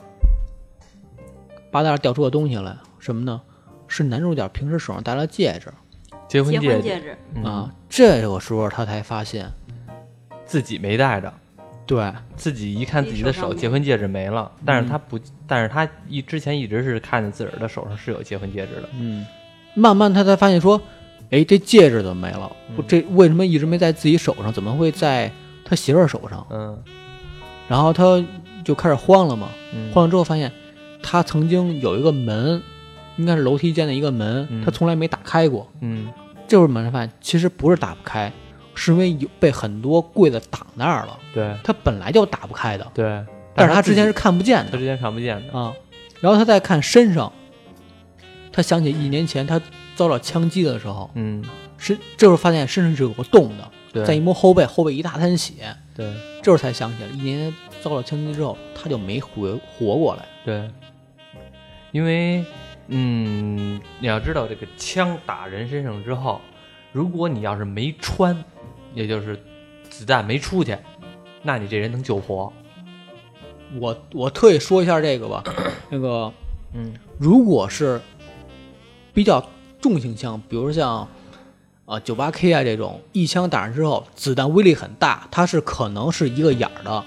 [SPEAKER 3] 八大掉出个东西来，什么呢？是男主角平时手上戴的戒指、
[SPEAKER 1] 结婚
[SPEAKER 2] 结
[SPEAKER 1] 戒
[SPEAKER 2] 婚戒指，
[SPEAKER 1] 嗯，
[SPEAKER 3] 啊。这个时候他才发现，
[SPEAKER 1] 自己没带着。
[SPEAKER 3] 对，
[SPEAKER 1] 自己一看自己的
[SPEAKER 2] 自己
[SPEAKER 1] 手，
[SPEAKER 2] 手上没
[SPEAKER 1] 结婚戒指没嗯了，但是他不，但是他一之前一直是看着自个儿的手上是有结婚戒指的，
[SPEAKER 3] 嗯，慢慢他才发现说，哎，这戒指怎么没了？
[SPEAKER 1] 嗯
[SPEAKER 3] 我这为什么一直没在自己手上？怎么会在他媳妇儿手上？
[SPEAKER 1] 嗯
[SPEAKER 3] 然后他就开始慌了嘛。
[SPEAKER 1] 嗯
[SPEAKER 3] 换了之后发现，他曾经有一个门，应该是楼梯间的一个门，
[SPEAKER 1] 嗯
[SPEAKER 3] 他从来没打开过。
[SPEAKER 1] 嗯
[SPEAKER 3] 这会儿马上发现，其实不是打不开，是因为有被很多柜子挡那儿了，
[SPEAKER 1] 对
[SPEAKER 3] 他本来就打不开的，
[SPEAKER 1] 对，
[SPEAKER 3] 但是他
[SPEAKER 1] 自己
[SPEAKER 3] 之前是看不见
[SPEAKER 1] 他
[SPEAKER 3] 的
[SPEAKER 1] 之前看不见的，
[SPEAKER 3] 啊。然后他再看身上，他想起一年前他遭到枪击的时候，
[SPEAKER 1] 嗯，
[SPEAKER 3] 身这时候发现身上是有个洞的，再一
[SPEAKER 1] 对
[SPEAKER 3] 摸后背，后背一大滩血，
[SPEAKER 1] 对
[SPEAKER 3] 这时候才想起来，一年前遭到枪击之后，他就没活活过来。
[SPEAKER 1] 对，因为嗯，你要知道这个枪打人身上之后，如果你要是没穿，也就是子弹没出去，那你这人能救活，
[SPEAKER 3] 我我特意说一下这
[SPEAKER 1] [CLEARS THROAT]
[SPEAKER 3] 个吧，那个
[SPEAKER 1] 嗯
[SPEAKER 3] 如果是比较重型枪，比如像啊九八 K 啊这种，一枪打上之后，子弹威力很大，它是可能是一个眼儿的。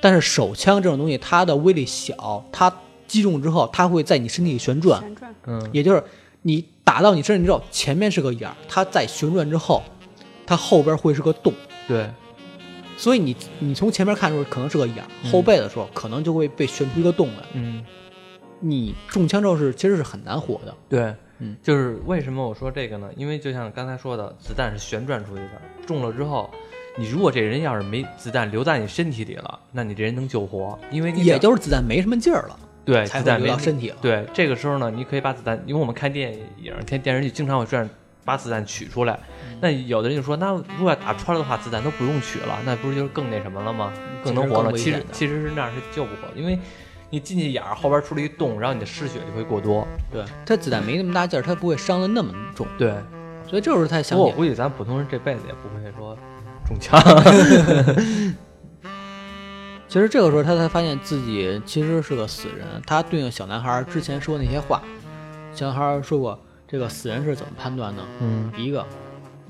[SPEAKER 3] 但是手枪这种东西，它的威力小，它击中之后，它会在你身体里旋转，
[SPEAKER 2] 旋转，
[SPEAKER 1] 嗯
[SPEAKER 3] 也就是你打到你身上之后，前面是个眼儿，它在旋转之后，它后边会是个洞。
[SPEAKER 1] 对
[SPEAKER 3] 所以你你从前面看的时候可能是个眼儿，
[SPEAKER 1] 嗯
[SPEAKER 3] 后背的时候可能就会被旋出一个洞来。
[SPEAKER 1] 嗯。
[SPEAKER 3] 你中枪之后是其实是很难活的。
[SPEAKER 1] 对，
[SPEAKER 3] 嗯，
[SPEAKER 1] 就是为什么我说这个呢？因为就像刚才说的，子弹是旋转出去的，中了之后，你如果这人要是没子弹留在你身体里了，那你这人能救活，因为你
[SPEAKER 3] 也
[SPEAKER 1] 想
[SPEAKER 3] 就是子弹没什么劲儿了，
[SPEAKER 1] 对
[SPEAKER 3] 才
[SPEAKER 1] 子
[SPEAKER 3] 会
[SPEAKER 1] 弹
[SPEAKER 3] 流
[SPEAKER 1] 没
[SPEAKER 3] 到身体了。
[SPEAKER 1] 对，这个时候呢，你可以把子弹，因为我们看电影、看电视剧经常会这样把子弹取出来。那有的人就说，那如果要打穿了的话，子弹都不用取了，那不是就是更那什么了吗？更能活了？
[SPEAKER 3] 其
[SPEAKER 1] 其
[SPEAKER 3] 实
[SPEAKER 1] 实
[SPEAKER 3] 更危险的
[SPEAKER 1] 其实是那样是救不活，因为你进去眼儿后边出了一洞，然后你的失血就会过多。
[SPEAKER 3] 对，它子弹没那么大劲儿，它不会伤的那么重。
[SPEAKER 1] 对，
[SPEAKER 3] 所以这时候才
[SPEAKER 1] 不
[SPEAKER 3] 想
[SPEAKER 1] 过我
[SPEAKER 3] 起，
[SPEAKER 1] 估计咱普通人这辈子也不会说中枪。
[SPEAKER 3] 其实这个时候他才发现自己其实是个死人。他对应小男孩之前说那些话，小男孩说过，这个死人是怎么判断呢？
[SPEAKER 1] 嗯
[SPEAKER 3] 一个，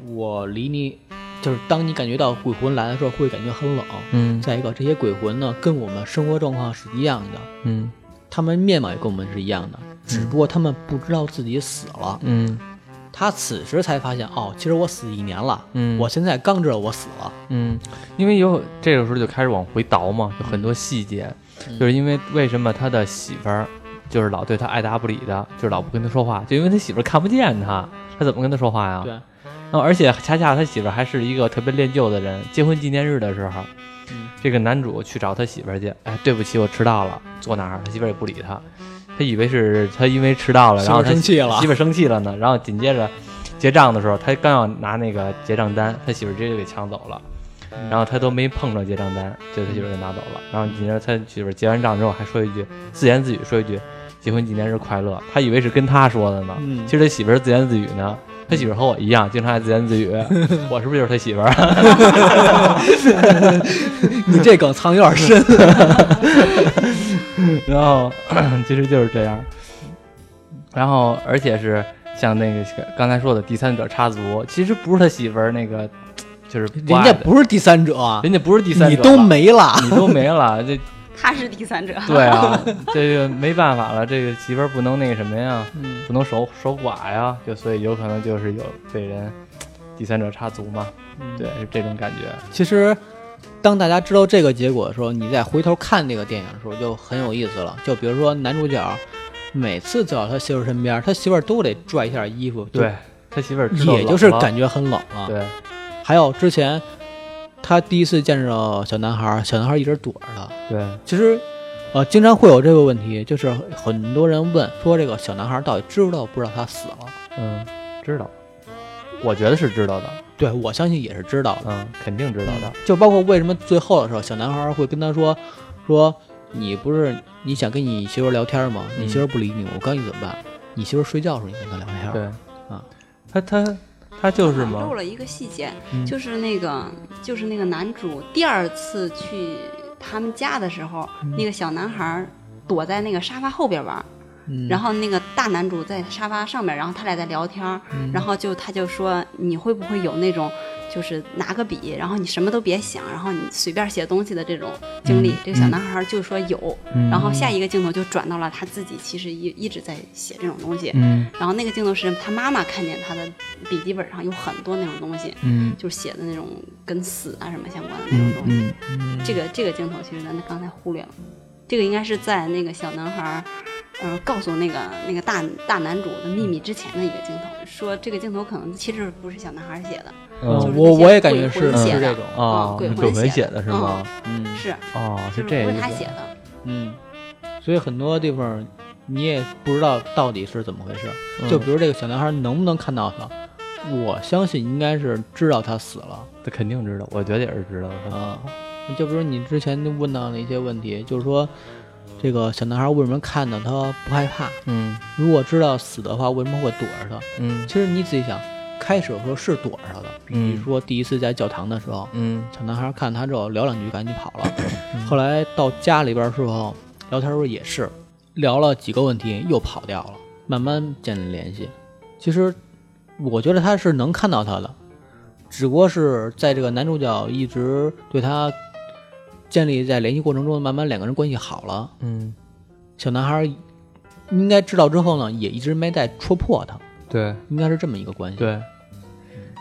[SPEAKER 3] 我离你，就是当你感觉到鬼魂来的时候，会感觉很冷。
[SPEAKER 1] 嗯
[SPEAKER 3] 再一个，这些鬼魂呢，跟我们生活状况是一样的，
[SPEAKER 1] 嗯
[SPEAKER 3] 他们面貌也跟我们是一样的，只不过他们不知道自己死了。
[SPEAKER 1] 嗯
[SPEAKER 3] 他此时才发现，哦，其实我死一年了，
[SPEAKER 1] 嗯
[SPEAKER 3] 我现在刚知道我死了，
[SPEAKER 1] 嗯，因为有这个时候就开始往回倒嘛，有很多细节，
[SPEAKER 3] 嗯
[SPEAKER 1] 就是因为为什么他的媳妇儿就是老对他爱答不理的，就是老不跟他说话，就因为他媳妇儿看不见他，他怎么跟他说话呀？
[SPEAKER 3] 对，
[SPEAKER 1] 然后而且恰恰他媳妇儿还是一个特别恋旧的人，结婚纪念日的时候，
[SPEAKER 3] 嗯
[SPEAKER 1] 这个男主去找他媳妇儿去，哎，对不起，我迟到了，坐哪儿？他媳妇儿也不理他。他以为是他因为迟到了，然后他
[SPEAKER 3] 媳妇儿生气了
[SPEAKER 1] 媳妇儿生气了呢。然后紧接着结账的时候，他刚要拿那个结账单，他媳妇儿直接就给抢走了。然后他都没碰着结账单，就他媳妇儿就拿走
[SPEAKER 3] 嗯
[SPEAKER 1] 了。然后紧接着他媳妇儿结完账之后，还说一句自言自语说一句“结婚纪念日快乐”，他以为是跟他说的呢。
[SPEAKER 3] 嗯
[SPEAKER 1] 其实他媳妇儿是自言自语呢。他媳妇儿和我一样，经常爱自言自
[SPEAKER 3] [LAUGHS]
[SPEAKER 1] 语。我是不是就是他媳妇儿？啊
[SPEAKER 3] 你这梗藏有
[SPEAKER 1] [LAUGHS]
[SPEAKER 3] 点深。
[SPEAKER 1] 然后 [CLEARS THROAT] 其实就是这样。然后而且是像那个刚才说的第三者插足，其实不是他媳妇儿那个，就是不
[SPEAKER 3] 人
[SPEAKER 1] 爱
[SPEAKER 3] 家
[SPEAKER 1] 的
[SPEAKER 3] 不是第三者啊，
[SPEAKER 1] 人家不是第三
[SPEAKER 3] 你
[SPEAKER 1] 者了，
[SPEAKER 3] 都没了。
[SPEAKER 1] 你都没了，这
[SPEAKER 2] 他是第三者，
[SPEAKER 1] [LAUGHS] 对啊，这个没办法了，这个媳妇儿不能那个什么呀，
[SPEAKER 3] 嗯
[SPEAKER 1] 不能守守寡呀，就所以有可能就是有被人第三者插足嘛，对，，是这种感觉。
[SPEAKER 3] 嗯其实当大家知道这个结果的时候，你再回头看那个电影的时候就很有意思了。就比如说男主角每次走到他媳妇儿身边，他媳妇儿都得拽一下衣服，就
[SPEAKER 1] 对，他媳妇儿知道
[SPEAKER 3] 也就是
[SPEAKER 1] 冷了
[SPEAKER 3] 感觉很冷啊了。
[SPEAKER 1] 对，
[SPEAKER 3] 还有之前他第一次见着小男孩儿，小男孩儿一直躲着他。
[SPEAKER 1] 对，
[SPEAKER 3] 其实，呃，经常会有这个问题，就是很多人问说这个小男孩儿到底知不知道不知道他死了？
[SPEAKER 1] 嗯，知道，我觉得是知道的，
[SPEAKER 3] 对我相信也是知道的。
[SPEAKER 1] 嗯，肯定知道的，
[SPEAKER 3] 就包括为什么最后的时候，小男孩儿会跟他说说你不是你想跟你媳妇儿聊天吗？
[SPEAKER 1] 嗯
[SPEAKER 3] 你媳妇儿不理你，我告诉你怎么办？你媳妇儿睡觉的时候你跟她聊天。
[SPEAKER 1] 对，
[SPEAKER 3] 啊，
[SPEAKER 1] 他他他就是
[SPEAKER 2] 漏
[SPEAKER 1] 嘛，
[SPEAKER 2] 了一个细节，
[SPEAKER 1] 嗯
[SPEAKER 2] 就是那个就是那个男主第二次去他们家的时候，
[SPEAKER 1] 嗯
[SPEAKER 2] 那个小男孩儿躲在那个沙发后边玩儿，
[SPEAKER 3] 嗯，
[SPEAKER 2] 然
[SPEAKER 3] 后
[SPEAKER 2] 后那个大男主在沙发上面，然后他俩在聊天儿，
[SPEAKER 1] 嗯
[SPEAKER 2] 然后就他就说你会不会有那种就是拿个笔，然后你什么都别想，然后你随便写东西的这种经历？
[SPEAKER 1] 嗯
[SPEAKER 2] 这个小男孩儿就说有，
[SPEAKER 1] 嗯
[SPEAKER 2] 然后下一个镜头就转到了他自己其实一一直在写这种东西，
[SPEAKER 1] 嗯
[SPEAKER 2] 然后那个镜头是他妈妈看见他的笔记本上有很多那种东西，
[SPEAKER 1] 嗯
[SPEAKER 2] 就是写的那种跟死啊什么相关的那种
[SPEAKER 1] 嗯
[SPEAKER 2] 东西。
[SPEAKER 1] 嗯，
[SPEAKER 2] 这个这个镜头其实咱刚才忽略了，这个应该是在那个小男孩儿，呃，告诉那个那个大大男主的秘密之前的一个镜头，说这个镜头可能其实不是小男孩写的，
[SPEAKER 1] 嗯
[SPEAKER 2] 就是
[SPEAKER 3] 我
[SPEAKER 2] 那些
[SPEAKER 3] 我也感觉
[SPEAKER 2] 鬼
[SPEAKER 3] 是
[SPEAKER 2] 魂写
[SPEAKER 3] 是这
[SPEAKER 2] 的
[SPEAKER 3] 种，
[SPEAKER 1] 哦，
[SPEAKER 2] 鬼
[SPEAKER 1] 是
[SPEAKER 2] 魂
[SPEAKER 1] 鬼魂
[SPEAKER 2] 写
[SPEAKER 1] 写
[SPEAKER 2] 的
[SPEAKER 1] 的是吗？
[SPEAKER 3] 嗯
[SPEAKER 2] 是
[SPEAKER 1] 哦，
[SPEAKER 2] 就是
[SPEAKER 1] 这
[SPEAKER 2] 不
[SPEAKER 1] 个
[SPEAKER 2] 是
[SPEAKER 1] 意
[SPEAKER 2] 他写
[SPEAKER 1] 思。
[SPEAKER 2] 的？
[SPEAKER 3] 嗯，所以很多地方你也不知道到底是怎么回事。
[SPEAKER 1] 嗯
[SPEAKER 3] 就比如这个小男孩能不能看到他，我相信应该是知道他死了
[SPEAKER 1] 他肯定知道，我觉得也是知道的。
[SPEAKER 3] 啊。就比如你之前问到的一些问题，就是说这个小男孩为什么看到他不害怕？
[SPEAKER 1] 嗯
[SPEAKER 3] 如果知道死的话，为什么会躲着他？
[SPEAKER 1] 嗯
[SPEAKER 3] 其实你仔细想，开始的时候是躲着他的，比
[SPEAKER 1] 嗯
[SPEAKER 3] 如说第一次在教堂的时候，
[SPEAKER 1] 嗯
[SPEAKER 3] 小男孩看他之后聊两句，赶紧跑了。后来到家里边儿时候，聊天时候也是聊了几个问题，又跑掉了，慢慢建立联系。其实我觉得他是能看到他的，只不过是在这个男主角一直对他建立在联系过程中，慢慢两个人关系好了，
[SPEAKER 1] 嗯，
[SPEAKER 3] 小男孩应该知道之后呢，也一直没再戳破他，
[SPEAKER 1] 对
[SPEAKER 3] 应该是这么一个关系。
[SPEAKER 1] 对，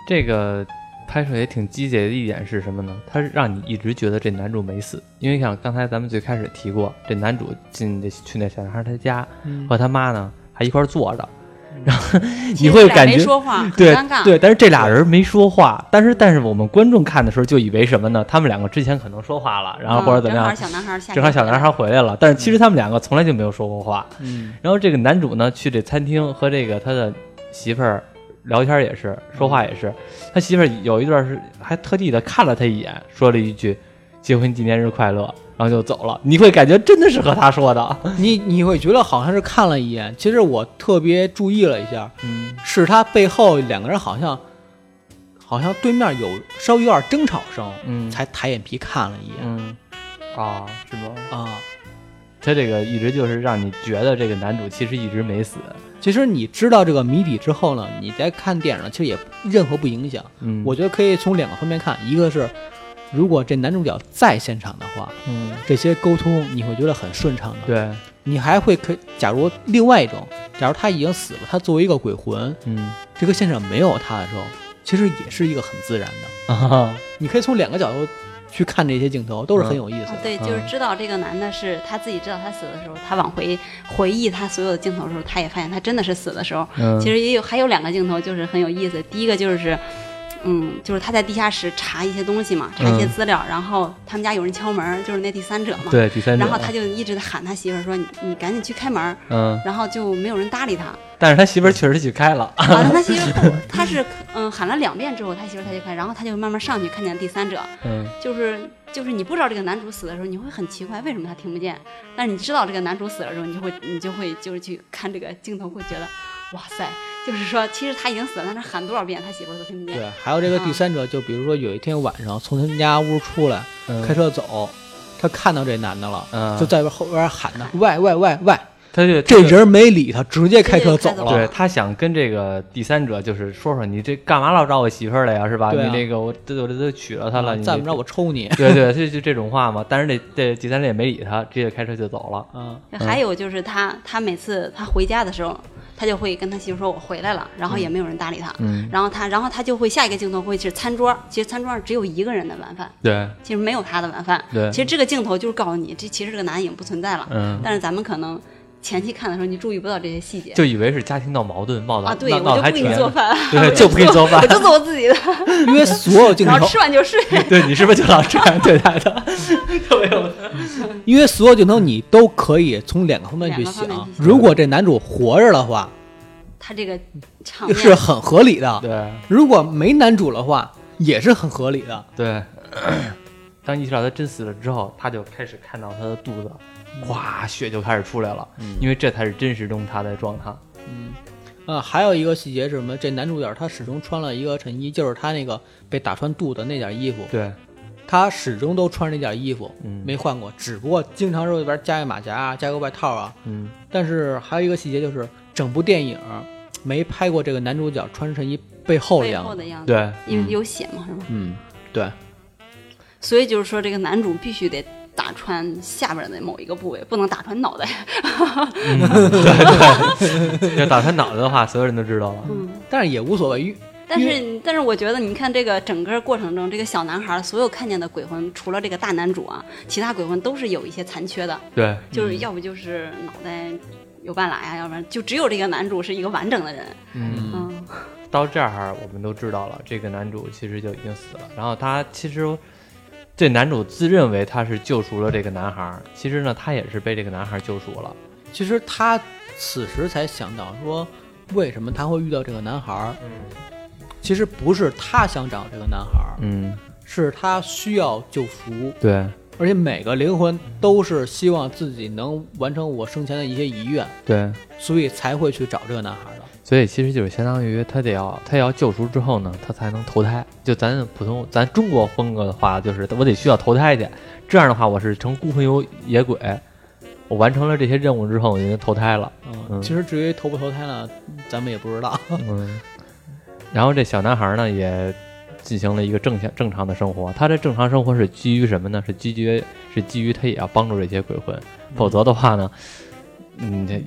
[SPEAKER 1] 这个拍摄也挺鸡贼的一点是什么呢？他让你一直觉得这男主没死，因为像刚才咱们最开始提过，这男主进这去那小男孩他家
[SPEAKER 3] 嗯
[SPEAKER 1] 和他妈呢还一块儿坐着，
[SPEAKER 2] 嗯其实
[SPEAKER 1] 会
[SPEAKER 2] 俩
[SPEAKER 1] 感
[SPEAKER 2] 没
[SPEAKER 1] 觉
[SPEAKER 2] 说话，很
[SPEAKER 1] 对
[SPEAKER 2] 尴尬。
[SPEAKER 1] 对，但是这俩人没说话，但是但是我们观众看的时候就以为什么呢？他们两个之前可能说话了，然后
[SPEAKER 2] 嗯
[SPEAKER 1] 或者怎么
[SPEAKER 2] 正
[SPEAKER 1] 样
[SPEAKER 2] 好，小男孩下
[SPEAKER 1] 正好小男孩
[SPEAKER 2] 儿
[SPEAKER 1] 回来了，但是其
[SPEAKER 2] 嗯
[SPEAKER 1] 实他们两个从来就没有说过话。
[SPEAKER 3] 嗯
[SPEAKER 1] 然后这个男主呢，去这餐厅和这个他的媳妇儿聊天也是，说话也是。他媳妇儿有一段是还特地的看了他一眼，说了一句“结婚纪念日快乐”，然后就走了。你会感觉真的是和他说的，
[SPEAKER 3] 你你会觉得好像是看了一眼，其实我特别注意了一下，
[SPEAKER 1] 嗯，
[SPEAKER 3] 是他背后两个人好像好像对面有稍微有点争吵声，
[SPEAKER 1] 嗯
[SPEAKER 3] 才抬眼皮看了一眼、
[SPEAKER 1] 嗯啊，是吗？
[SPEAKER 3] 啊。
[SPEAKER 1] 他这个一直就是让你觉得这个男主其实一直没死，
[SPEAKER 3] 其实你知道这个谜底之后呢，你在看电影呢，其实也任何不影响。
[SPEAKER 1] 嗯，
[SPEAKER 3] 我觉得可以从两个方面看，一个是如果这男主角在现场的话，
[SPEAKER 1] 嗯，
[SPEAKER 3] 这些沟通你会觉得很顺畅的。
[SPEAKER 1] 对，
[SPEAKER 3] 你还会可，假如另外一种，假如他已经死了，他作为一个鬼魂，
[SPEAKER 1] 嗯
[SPEAKER 3] 这个现场没有他的时候，其实也是一个很自然的。
[SPEAKER 1] 啊哈，
[SPEAKER 3] 你可以从两个角度去看这些镜头，都是很有意思
[SPEAKER 2] 啊
[SPEAKER 3] 的。，
[SPEAKER 2] 对，就是
[SPEAKER 1] 嗯
[SPEAKER 2] 知道这个男的是他自己知道他死的时候，他往回回忆他所有的镜头的时候，他也发现他真的是死的时候，
[SPEAKER 1] 嗯，
[SPEAKER 2] 其
[SPEAKER 1] 实
[SPEAKER 2] 实也有还有两个镜头就是很有意思，第一个就是。嗯，就是他在地下室查一些东西嘛，查一些资料，然后他们家有人敲门，就是那第三者嘛。
[SPEAKER 1] [LAUGHS] 嗯对，第三者。
[SPEAKER 2] 然后他就一直在喊他媳妇儿说：“你你赶紧去开门。”
[SPEAKER 1] 嗯，
[SPEAKER 2] 然后就没有人搭
[SPEAKER 1] [LAUGHS]
[SPEAKER 2] 理他。
[SPEAKER 1] 但是他媳妇儿确实去开了，
[SPEAKER 2] 完了，他媳妇儿不他是嗯喊了两遍之后，他媳妇儿才去开，然后他就慢慢上去看见第三者，
[SPEAKER 1] 嗯
[SPEAKER 2] 就是就是你不知道这个男主死的时候，你会很奇怪为什么他听不见，但是你知道这个男主死了之后，你就会你就会就是去看这个镜头，会觉得哇塞，就是说其实他已经死了，但是喊多少遍他媳妇儿都听不见。
[SPEAKER 3] 对，还有这个第三
[SPEAKER 2] 嗯
[SPEAKER 3] 者，就比如说有一天晚上从他们家屋出来，
[SPEAKER 1] 嗯，
[SPEAKER 3] 开车走，他看到这男的了，
[SPEAKER 1] 嗯
[SPEAKER 3] 就在后边喊他喂喂喂喂，
[SPEAKER 1] 他就
[SPEAKER 3] 这人没理他，直接开车
[SPEAKER 2] 直接开
[SPEAKER 3] 走
[SPEAKER 2] 走
[SPEAKER 1] 对
[SPEAKER 3] 了。啊
[SPEAKER 1] 他想跟这个第三者就是说说你这干嘛老找我媳妇儿来呀，是吧？
[SPEAKER 3] 对啊
[SPEAKER 1] 你这个我这我这都娶了她了，你
[SPEAKER 3] 再怎么着我抽你。
[SPEAKER 1] 对对，这就这种话嘛。但是这这第三者也没理他，直接开车就走了。
[SPEAKER 3] 嗯，
[SPEAKER 2] 还有就是他他每次他回家的时候，他就会跟他媳妇儿说我回来了，然后也没有人搭理他，
[SPEAKER 1] 嗯，
[SPEAKER 2] 然后他然后他就会下一个镜头会是餐桌，其实餐桌上只有一个人的晚饭。
[SPEAKER 1] 对，
[SPEAKER 2] 其实没有他的晚饭。
[SPEAKER 1] 对
[SPEAKER 2] 其实这个镜头就是告诉你，这其实这个男的已经不存在了。
[SPEAKER 1] 嗯
[SPEAKER 2] 但是咱们可能前期看的时候，你注意不到这些细节。
[SPEAKER 1] 就以为是家庭闹矛盾，闹的
[SPEAKER 2] 啊，对，
[SPEAKER 1] 闹
[SPEAKER 2] 我
[SPEAKER 1] 闹
[SPEAKER 2] 就
[SPEAKER 1] 还
[SPEAKER 2] 不给
[SPEAKER 1] 挺
[SPEAKER 2] 你做 [LAUGHS] 饭，
[SPEAKER 1] [LAUGHS] 对，就不给你做饭
[SPEAKER 2] 我。就做我自己的，
[SPEAKER 3] [LAUGHS] 因为所有镜
[SPEAKER 2] 然后
[SPEAKER 3] 头， [LAUGHS]
[SPEAKER 2] 吃完就睡。
[SPEAKER 1] 对你是不是就老这样对待他？
[SPEAKER 3] 因为所有镜头你都可以从两个方面去
[SPEAKER 2] 两个方
[SPEAKER 3] 想
[SPEAKER 2] 面。去想
[SPEAKER 3] 如果这男主活着的话，
[SPEAKER 2] 他这个场面
[SPEAKER 3] 是很合理的；
[SPEAKER 1] 对
[SPEAKER 3] 如果没男主的话，也是很合理的。
[SPEAKER 1] 对，当意识到他真死了之后，他就开始看到他的肚子，哗，血就开始出来了，因为这才是真实中他的状态。
[SPEAKER 3] 呃，还有一个细节是什么？这男主角他始终穿了一个衬衣，就是他那个被打穿肚的那件衣服，
[SPEAKER 1] 对，
[SPEAKER 3] 他始终都穿着那件衣服，
[SPEAKER 1] 嗯
[SPEAKER 3] 没换过。只不过经常是里边加个马甲啊，加个外套啊。
[SPEAKER 1] 嗯，
[SPEAKER 3] 但是还有一个细节就是，整部电影没拍过这个男主角穿衬衣背后的
[SPEAKER 2] 背
[SPEAKER 3] 样
[SPEAKER 2] 后
[SPEAKER 3] 子。
[SPEAKER 2] 的样子，
[SPEAKER 1] 对， [LAUGHS]
[SPEAKER 2] 因为有血嘛，是吧？
[SPEAKER 3] 嗯，对，
[SPEAKER 2] 所以就是说，这个男主必须得打穿下边的某一个部位，不能打穿脑袋。
[SPEAKER 1] 要打穿脑袋的话，所有人都知道了。
[SPEAKER 3] 但是也无所谓，因
[SPEAKER 2] 但是，但是我觉得，你看这个整个过程中，这个小男孩所有看见的鬼魂，除了这个大男主啊，其他鬼魂都是有一些残缺的。
[SPEAKER 1] 对，
[SPEAKER 2] 就是要不就是脑袋有半拉呀，要不然就只有这个男主是一个完整的人。
[SPEAKER 1] 嗯，
[SPEAKER 2] 嗯，
[SPEAKER 1] 到这儿我们都知道了，这个男主其实就已经死了。然后他其实，这男主自认为他是救赎了这个男孩儿，其实呢，他也是被这个男孩儿救赎了。
[SPEAKER 3] 其实他此时才想到说，为什么他会遇到这个男孩儿？其实不是他想找这个男孩儿，
[SPEAKER 1] 嗯，
[SPEAKER 3] 是他需要救赎，
[SPEAKER 1] 对
[SPEAKER 3] 而且每个灵魂都是希望自己能完成我生前的一些遗愿，
[SPEAKER 1] 对，
[SPEAKER 3] 所以才会去找这个男孩儿的。
[SPEAKER 1] 所以其实就是相当于他得要他要救赎之后呢，他才能投胎。就咱普通咱中国风格的话，就是我得需要投胎去，这样的话我是成孤魂有野鬼。我完成了这些任务之后，我就投胎了。嗯
[SPEAKER 3] 嗯，其实至于投不投胎呢，咱们也不知道。
[SPEAKER 1] 嗯，然后这小男孩呢也进行了一个正向正常的生活。他这正常生活是基于什么呢？是基于是基于他也要帮助这些鬼魂，否则的话呢，嗯，这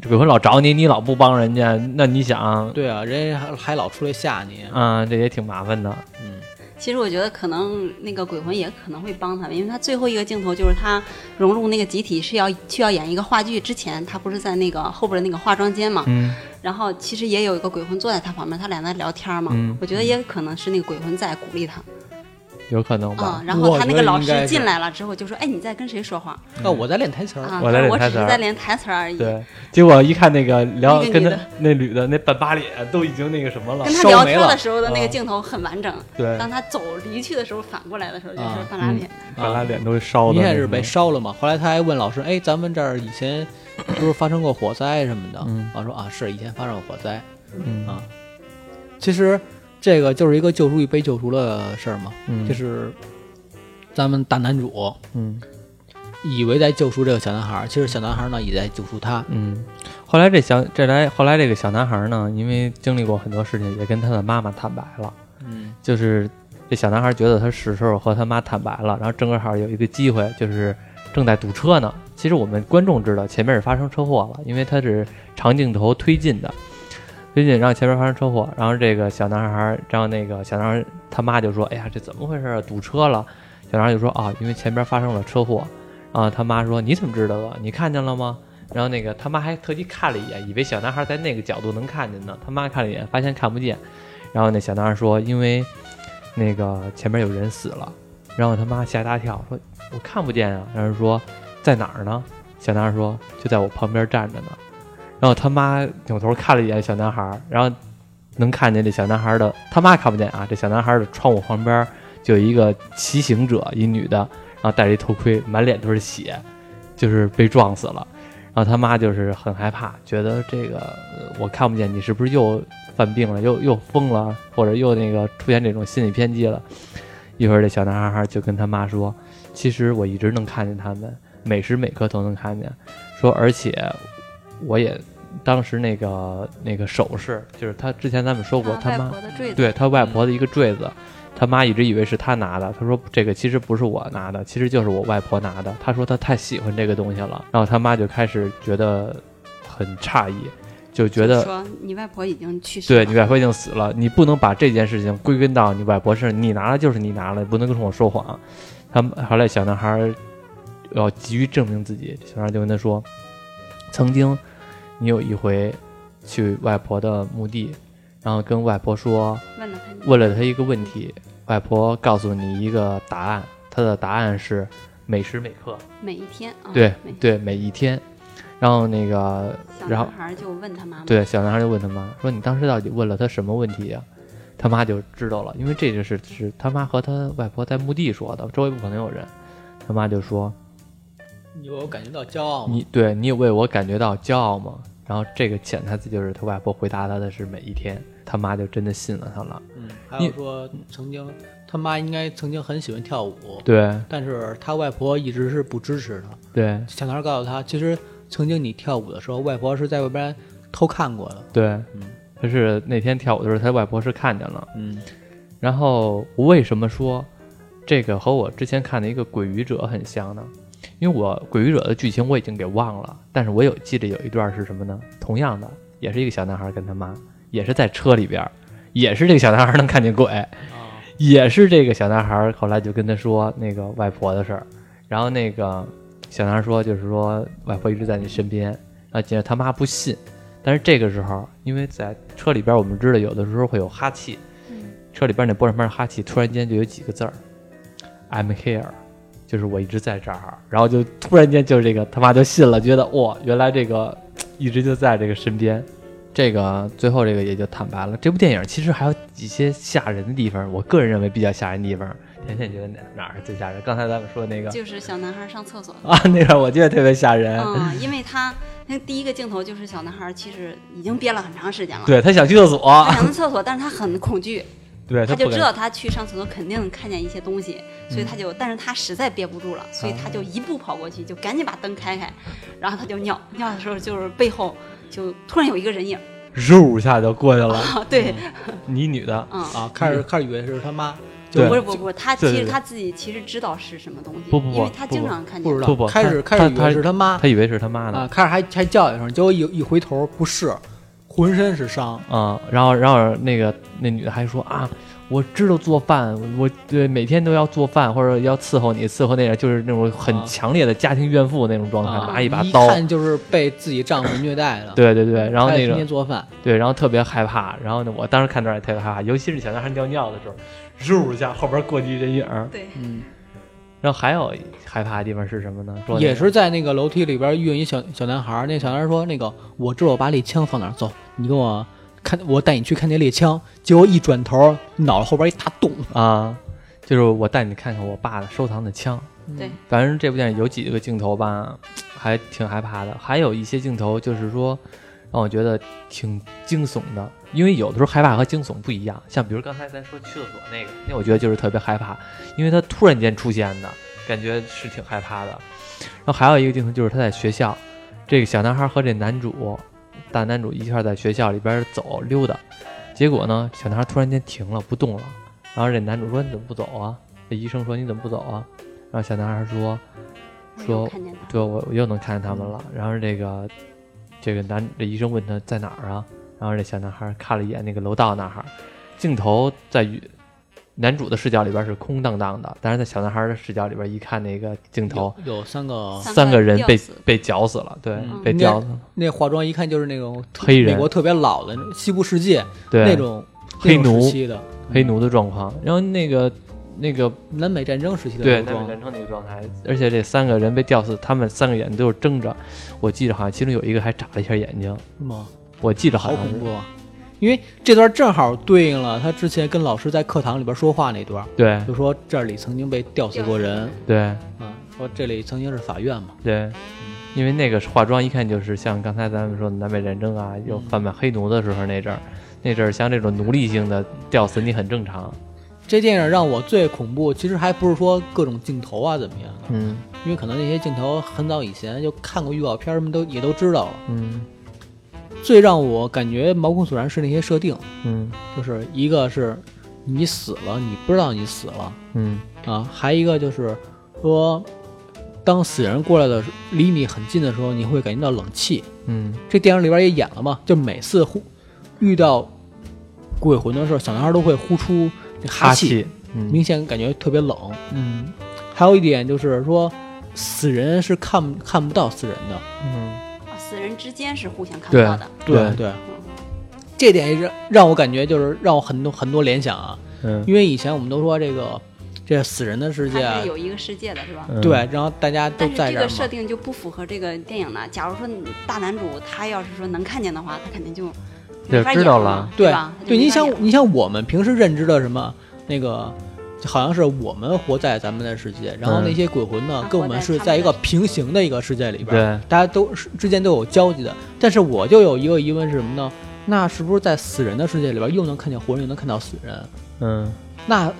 [SPEAKER 1] 这鬼魂老找你，你老不帮人家，那你想啊、
[SPEAKER 3] 对啊，人家还还老出来吓你。
[SPEAKER 1] 这也挺麻烦的。
[SPEAKER 3] 嗯，
[SPEAKER 2] 其实我觉得可能那个鬼魂也可能会帮他们，因为他最后一个镜头就是他融入那个集体是要需要演一个话剧之前，他不是在那个后边的那个化妆间嘛，
[SPEAKER 1] 嗯
[SPEAKER 2] 然后其实也有一个鬼魂坐在他旁边，他俩在聊天嘛，
[SPEAKER 1] 嗯
[SPEAKER 2] 我觉得也可能是那个鬼魂在鼓励他
[SPEAKER 1] 有可能吧
[SPEAKER 2] 啊、。然后他那个老
[SPEAKER 3] 我觉得应该
[SPEAKER 2] 师
[SPEAKER 3] 是
[SPEAKER 2] 进来了之后就说：“哎，你在跟谁说话
[SPEAKER 3] 那哦我在练台词
[SPEAKER 2] 啊
[SPEAKER 3] 儿，？”
[SPEAKER 1] 我在练
[SPEAKER 2] 我只
[SPEAKER 1] 台词
[SPEAKER 2] 是
[SPEAKER 1] 儿
[SPEAKER 2] 在练台词儿而已。
[SPEAKER 1] 对，结果一看那个聊
[SPEAKER 2] 那个
[SPEAKER 1] 跟
[SPEAKER 2] 女
[SPEAKER 1] 他
[SPEAKER 2] 的
[SPEAKER 1] 那女的那半八脸都已经那个什么了
[SPEAKER 2] 跟，嗯他
[SPEAKER 3] 烧
[SPEAKER 2] 聊
[SPEAKER 3] 没
[SPEAKER 2] 天
[SPEAKER 3] 了
[SPEAKER 2] 的时候的那
[SPEAKER 1] 啊
[SPEAKER 2] 个镜头很完整，
[SPEAKER 1] 对，嗯
[SPEAKER 2] 当他走离去的时候，反过来的时候就是
[SPEAKER 3] 啊
[SPEAKER 2] 半拉脸。
[SPEAKER 1] 半拉脸都烧的。
[SPEAKER 3] 你也是被烧了嘛？后来他还问老师：“哎，咱们这儿以前不是发生过火灾什么的？”
[SPEAKER 1] 嗯
[SPEAKER 3] 老师说：“啊，是以前发生过火灾。
[SPEAKER 1] 嗯
[SPEAKER 3] 啊”其实这个就是一个救赎与被救赎的事儿嘛，
[SPEAKER 1] 嗯
[SPEAKER 3] 就是咱们大男主
[SPEAKER 1] 嗯。
[SPEAKER 3] 以为在救赎这个小男孩儿，其实小男孩儿呢也在救赎他。
[SPEAKER 1] 嗯，后来这小这来后来这个小男孩呢，因为经历过很多事情，也跟他的妈妈坦白了，
[SPEAKER 3] 嗯，
[SPEAKER 1] 就是这小男孩觉得他是时候和他妈坦白了，然后正好有一个机会，就是正在堵车呢。其实我们观众知道前面是发生车祸了，因为他是长镜头推进的，推进让前面发生车祸，然后这个小男孩，然后那个小男孩他妈就说：“哎呀，这怎么回事啊？堵车了。”小男孩就说：“啊，因为前边发生了车祸。”啊，他妈说：“你怎么知道啊的？你看见了吗？”然后那个他妈还特地看了一眼，以为小男孩在那个角度能看见呢。他妈看了一眼，发现看不见，然后那小男孩说，因为那个前面有人死了，然后他妈吓一大跳，说我看不见啊。然后说在哪儿呢？小男孩说就在我旁边站着呢。然后他妈扭头看了一眼小男孩，然后能看见这小男孩的他妈看不见啊，这小男孩的窗户旁边就有一个骑行者，一女的，然后戴着一头盔，满脸都是血，就是被撞死了。然后他妈就是很害怕，觉得这个呃我看不见你是不是又犯病了，又又疯了，或者又那个出现这种心理偏激了。一会儿这小男孩就跟他妈说：“其实我一直能看见他们，每时每刻都能看见。说而且我也当时那个那个手势，就是他之前咱们说过，
[SPEAKER 2] 啊
[SPEAKER 1] 他
[SPEAKER 2] 外
[SPEAKER 1] 妈
[SPEAKER 2] 婆的坠子，
[SPEAKER 1] 对他外婆的一个坠子，他妈一直以为是他拿的，他说这个其实不是我拿的，其实就是我外婆拿的。他说他太喜欢这个东西了，然后他妈就开始觉得很诧异，就觉
[SPEAKER 2] 就是
[SPEAKER 1] 得
[SPEAKER 2] 说你外婆已经去世了，
[SPEAKER 1] 对你外婆已经死了，你不能把这件事情归根到你外婆身上，你拿了就是你拿了，你不能跟我说谎。他们后来小男孩儿要急于证明自己，小男孩就跟他说：“曾经你有一回去外婆的墓地，然后跟外婆说。”
[SPEAKER 2] 问了他，
[SPEAKER 1] 问了他一个问题，外婆告诉你一个答案，他的答案是每时每刻，
[SPEAKER 2] 每一天啊，
[SPEAKER 1] 对
[SPEAKER 2] 每天
[SPEAKER 1] 对，每一天。然后那个，
[SPEAKER 2] 小
[SPEAKER 1] 然后
[SPEAKER 2] 男孩就问他妈妈，
[SPEAKER 1] 对小男孩就问他妈说：“你当时到底问了他什么问题呀、他妈就知道了，因为这就是是他妈和他外婆在墓地说的，周围不可能有人。他妈就说：“
[SPEAKER 3] 你有感觉到骄傲吗？
[SPEAKER 1] 你对你有为我感觉到骄傲吗？然后这个潜台词就是他外婆回答他的是每一天，他妈就真的信了他了。
[SPEAKER 3] 嗯，还有说曾经他妈应该曾经很喜欢跳舞，
[SPEAKER 1] 对
[SPEAKER 3] 但是他外婆一直是不支持的。
[SPEAKER 1] 对
[SPEAKER 3] 小男孩告诉他，其实曾经你跳舞的时候，外婆是在外边偷看过的。
[SPEAKER 1] 对，
[SPEAKER 3] 嗯
[SPEAKER 1] 他是那天跳舞的时候，他外婆是看见了。
[SPEAKER 3] 嗯
[SPEAKER 1] 然后我为什么说这个和我之前看的一个《鬼语者》很像呢？因为我《鬼语者》的剧情我已经给忘了，但是我有记得有一段是什么呢？同样的，也是一个小男孩跟他妈，也是在车里边儿，也是这个小男孩能看见鬼，
[SPEAKER 3] 啊，
[SPEAKER 1] 也是这个小男孩后来就跟他说那个外婆的事儿，然后那个小男孩说就是说外婆一直在你身边，然后接着他妈不信，但是这个时候因为在车里边儿我们知道有的时候会有哈气，
[SPEAKER 2] 嗯，
[SPEAKER 1] 车里边那波上边哈气，突然间就有几个字儿，I'm here，就是我一直在这儿，然后就突然间就这个他妈就信了，觉得哇、原来这个一直就在这个身边。这个最后这个也就坦白了，这部电影其实还有一些吓人的地方，我个人认为比较吓人的地方。甜甜觉得哪哪儿是最吓人？刚才咱们说的那个
[SPEAKER 2] 就是小男孩上厕所，
[SPEAKER 1] 啊，那段我觉得特别吓人。
[SPEAKER 2] 嗯，因为他那第一个镜头就是小男孩其实已经憋了很长时间了，
[SPEAKER 1] 对他想去厕所
[SPEAKER 3] 哎
[SPEAKER 2] 他，想上厕所，但是他很恐惧，
[SPEAKER 1] 对
[SPEAKER 2] 他
[SPEAKER 1] 哎他
[SPEAKER 2] 就
[SPEAKER 1] 不
[SPEAKER 2] 知
[SPEAKER 1] 敢。嗯
[SPEAKER 2] 道他去上厕所肯定看见一些东西，所以他就，但是他实在憋不住了，所以
[SPEAKER 1] 哦
[SPEAKER 2] 他就一步跑过去，就赶紧把灯开开，然后他就尿，尿的时候就是背后就突然有一个人影，
[SPEAKER 1] 肉一下就过去了，
[SPEAKER 3] [LAUGHS]
[SPEAKER 2] 啊，对，
[SPEAKER 1] 你女的，
[SPEAKER 2] 嗯，
[SPEAKER 3] 啊，开始开始以为是他妈，
[SPEAKER 1] 哦对
[SPEAKER 3] 就
[SPEAKER 2] 不是不是不是，他其
[SPEAKER 1] 对对
[SPEAKER 2] 实
[SPEAKER 1] 对
[SPEAKER 2] 他自己其实知道是什么东西，
[SPEAKER 1] 不不不
[SPEAKER 2] 因为他
[SPEAKER 1] 不
[SPEAKER 2] 经
[SPEAKER 1] 不
[SPEAKER 2] 常看见，
[SPEAKER 3] 不知
[SPEAKER 1] 不不
[SPEAKER 3] 道，开始
[SPEAKER 1] 他
[SPEAKER 3] 开始以
[SPEAKER 1] 他
[SPEAKER 3] 为是他妈
[SPEAKER 1] 她以为是他妈呢。
[SPEAKER 3] 啊，开始还还叫一声，结果一一回头不是，浑身是伤，
[SPEAKER 1] 啊、然后然后那个那女的还说啊，我知道做饭，我对每天都要做饭，或者要伺候你，伺候那人，就是那种很
[SPEAKER 3] 啊
[SPEAKER 1] 强烈的家庭怨妇那种状态，
[SPEAKER 3] 啊
[SPEAKER 1] 拿一把
[SPEAKER 3] 一
[SPEAKER 1] 刀，
[SPEAKER 3] 看就是被自己丈夫虐待的。
[SPEAKER 1] 对对对，然后
[SPEAKER 3] 开始
[SPEAKER 1] 那
[SPEAKER 3] 天
[SPEAKER 1] 个
[SPEAKER 3] 天做饭，
[SPEAKER 1] 对，然后特别害怕，然后呢，我当时看这儿也特别害怕，尤其是小男孩尿尿的时候，咻一下后边过去一人影儿，
[SPEAKER 2] 对，
[SPEAKER 3] 嗯，
[SPEAKER 1] 然后还有害怕的地方是什么呢？说那
[SPEAKER 3] 也
[SPEAKER 1] 个
[SPEAKER 3] 是在那个楼梯里边遇见一小小男孩儿，那小男孩儿说：“那个我知道我把猎枪放哪儿，走，你跟我看，我带你去看那猎枪。”结果一转头，脑袋后边一大洞。
[SPEAKER 1] 啊，就是我带你看看我爸的收藏的枪。
[SPEAKER 3] 嗯
[SPEAKER 2] 对
[SPEAKER 1] 反正这部电影有几个镜头吧，还挺害怕的，还有一些镜头就是说让我觉得挺惊悚的，因为有的时候害怕和惊悚不一样。像比如刚才咱说去厕所那个，那我觉得就是特别害怕，因为他突然间出现的感觉是挺害怕的。然后还有一个镜头就是他在学校，这个小男孩和这男主大男主一块儿在学校里边走溜达，结果呢，小男孩突然间停了不动了，然后这男主说 [LAUGHS] 你怎么不走啊？这医生说你怎么不走啊？然后小男孩说
[SPEAKER 2] 我
[SPEAKER 1] 说
[SPEAKER 2] 有看见他，
[SPEAKER 1] 对，我我又能看见他们了。然后这个这个男这医生问他在哪儿啊？然后这小男孩看了一眼那个楼道那儿，镜头在于男主的视角里边是空荡荡的，但是在小男孩的视角里边一看那个镜头，
[SPEAKER 3] 有有三个，
[SPEAKER 2] 三
[SPEAKER 1] 三
[SPEAKER 2] 个
[SPEAKER 1] 个人被
[SPEAKER 2] 吊死
[SPEAKER 1] 被绞死了，对，
[SPEAKER 3] 嗯
[SPEAKER 1] 被
[SPEAKER 3] 应该
[SPEAKER 1] 吊死了，
[SPEAKER 3] 那化妆一看就是那种
[SPEAKER 1] 黑
[SPEAKER 3] 美
[SPEAKER 1] 人
[SPEAKER 3] 国特别老的西部世界
[SPEAKER 1] 对
[SPEAKER 3] 那种
[SPEAKER 1] 黑奴
[SPEAKER 3] 那种时期的
[SPEAKER 1] 黑奴的状况，然后那个那个
[SPEAKER 3] 南北战争时期的
[SPEAKER 1] 对
[SPEAKER 3] 服
[SPEAKER 1] 南北
[SPEAKER 3] 装，
[SPEAKER 1] 战争那个状态，而且这三个人被吊死，他们三个眼睛都是睁着，我记着好像其中有一个还眨了一下眼睛，
[SPEAKER 3] 是吗？
[SPEAKER 1] 我记着好
[SPEAKER 3] 好
[SPEAKER 1] 像
[SPEAKER 3] 恐
[SPEAKER 1] 是
[SPEAKER 3] 怖啊！因为这段正好对应了他之前跟老师在课堂里边说话那段，
[SPEAKER 1] 对
[SPEAKER 3] 就说这里曾经被吊死过人，
[SPEAKER 1] 对
[SPEAKER 3] 啊，说这里曾经是法院嘛，
[SPEAKER 1] 对，因为那个化妆一看就是像刚才咱们说的南北战争啊，又贩卖黑奴的时候那阵儿，那阵儿像这种奴隶性的吊死你很正常，
[SPEAKER 3] 这电影让我最恐怖，其实还不是说各种镜头啊怎么样的，
[SPEAKER 1] 嗯
[SPEAKER 3] 因为可能那些镜头很早以前就看过预告片儿，什么都也都知道了。
[SPEAKER 1] 嗯
[SPEAKER 3] 最让我感觉毛骨悚然是那些设定，
[SPEAKER 1] 嗯
[SPEAKER 3] 就是一个是你死了，你不知道你死了
[SPEAKER 1] 嗯
[SPEAKER 3] 啊，还一个就是说，当死人过来的时候离你很近的时候，你会感觉到冷气。
[SPEAKER 1] 嗯
[SPEAKER 3] 这电影里边也演了嘛，就每次呼遇到鬼魂的时候，小男孩都会呼出那哈气，
[SPEAKER 1] 气，嗯
[SPEAKER 3] 明显感觉特别冷。
[SPEAKER 1] 嗯
[SPEAKER 3] 还有一点就是说，死人是看不看不到死人的。
[SPEAKER 1] 嗯，
[SPEAKER 2] 啊死人之间是互相看不
[SPEAKER 1] 对
[SPEAKER 2] 到的，嗯
[SPEAKER 1] 对
[SPEAKER 3] 对，啊这点也让让我感觉就是让我很多很多联想啊，
[SPEAKER 1] 嗯
[SPEAKER 3] 因为以前我们都说这个这死人的世界啊
[SPEAKER 2] 它是，有一个世界的是吧？
[SPEAKER 1] 嗯
[SPEAKER 3] 对，然后大家都
[SPEAKER 2] 但是
[SPEAKER 3] 在
[SPEAKER 2] 这
[SPEAKER 3] 这儿
[SPEAKER 2] 个
[SPEAKER 3] 嘛
[SPEAKER 2] 设，定就不符合这个电影了。假如说大男主他要是说能看见的话，他肯定就
[SPEAKER 1] 对
[SPEAKER 2] 没法
[SPEAKER 1] 知道
[SPEAKER 2] 演
[SPEAKER 1] 了
[SPEAKER 2] 对
[SPEAKER 3] 对
[SPEAKER 2] 吧？他就
[SPEAKER 3] 对，
[SPEAKER 2] 没
[SPEAKER 3] 你
[SPEAKER 2] 法
[SPEAKER 3] 想
[SPEAKER 2] 演了
[SPEAKER 3] 你像我们平时认知的什么那个。好像是我们活在咱们的世界，然后
[SPEAKER 1] 嗯
[SPEAKER 3] 那些鬼魂呢
[SPEAKER 2] 他，
[SPEAKER 3] 跟我
[SPEAKER 2] 啊活
[SPEAKER 3] 们
[SPEAKER 2] 在
[SPEAKER 3] 是
[SPEAKER 2] 他们
[SPEAKER 3] 在一
[SPEAKER 2] 的
[SPEAKER 3] 个平行的一个世界里边，
[SPEAKER 1] 对，
[SPEAKER 3] 大家都是之间都有交集的。但是我就有一个疑问是什么呢？那是不是在死人的世界里边又能看见活人，又能看到死人？
[SPEAKER 1] 嗯
[SPEAKER 3] 那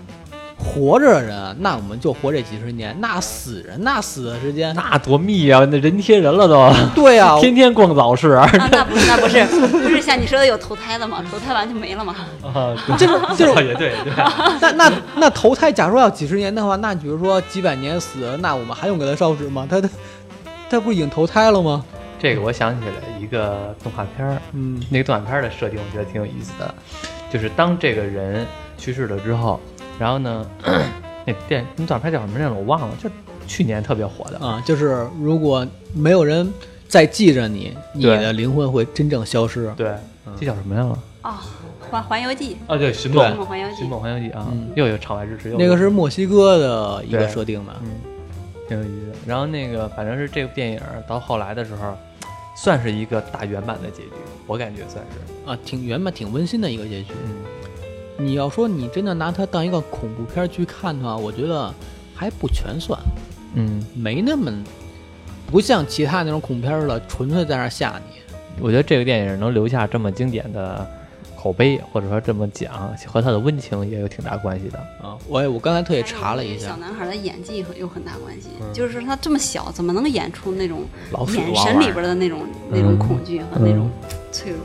[SPEAKER 3] 活着的人，那我们就活这几十年；那死人，那死的时间，
[SPEAKER 1] 那多密呀、那人贴人了都。
[SPEAKER 3] 对啊，
[SPEAKER 1] 天天逛早市
[SPEAKER 2] 啊，那不是那不是不是像你说的有投胎的嘛？投胎完就没了嘛？
[SPEAKER 1] 啊，
[SPEAKER 3] 就是就是
[SPEAKER 1] 也对对，
[SPEAKER 3] 那那那投胎，假如要几十年的话，那比如说几百年死了，那我们还用给他烧纸吗？他他他不是已经投胎了吗？
[SPEAKER 1] 这个我想起来一个动画片儿，
[SPEAKER 3] 嗯
[SPEAKER 1] 那个动画片儿的设定我觉得挺有意思的，就是当这个人去世了之后，然后呢， [CLEARS THROAT] 那电那动画片叫什么来着？我忘了，就去年特别火的。
[SPEAKER 3] 啊，就是如果没有人再记着你，你
[SPEAKER 1] 对
[SPEAKER 3] 的灵魂会真正消失。
[SPEAKER 1] 对，这叫什么来着？
[SPEAKER 2] 哦，环环游记，
[SPEAKER 1] 啊，对，寻
[SPEAKER 2] 梦
[SPEAKER 1] 梦，
[SPEAKER 2] 环游
[SPEAKER 1] 寻
[SPEAKER 2] 记，
[SPEAKER 1] 梦环游记啊
[SPEAKER 3] 嗯，
[SPEAKER 1] 又有场外支持，又有
[SPEAKER 3] 那个是墨西哥的一个
[SPEAKER 1] 对
[SPEAKER 3] 设定吧？
[SPEAKER 1] 嗯，挺有意思的。然后那个反正是这部电影到后来的时候，算是一个大圆满的结局，我感觉算是。
[SPEAKER 3] 啊，挺圆满、挺温馨的一个结局。
[SPEAKER 1] 嗯
[SPEAKER 3] 你要说你真的拿它当一个恐怖片儿去看的话，我觉得还不全算，
[SPEAKER 1] 嗯，
[SPEAKER 3] 没那么不像其他那种恐怖片儿似的，纯粹在那儿吓你。
[SPEAKER 1] 我觉得这个电影能留下这么经典的口碑，或者说这么讲，和它的温情也有挺大关系的。
[SPEAKER 3] 啊，我也我刚才特
[SPEAKER 2] 还
[SPEAKER 3] 意
[SPEAKER 2] 有
[SPEAKER 3] 查了
[SPEAKER 2] 这
[SPEAKER 3] 一
[SPEAKER 2] 个小
[SPEAKER 3] 下，嗯
[SPEAKER 2] 男孩的演技有有很大关系，就是说他这么小，怎么能演出那种
[SPEAKER 3] 哦
[SPEAKER 1] 老鼠
[SPEAKER 2] 眼
[SPEAKER 1] 娃
[SPEAKER 2] 神
[SPEAKER 1] 娃
[SPEAKER 2] 里边的那种那种
[SPEAKER 1] 嗯
[SPEAKER 2] 恐惧和那种
[SPEAKER 3] 嗯
[SPEAKER 2] 脆弱？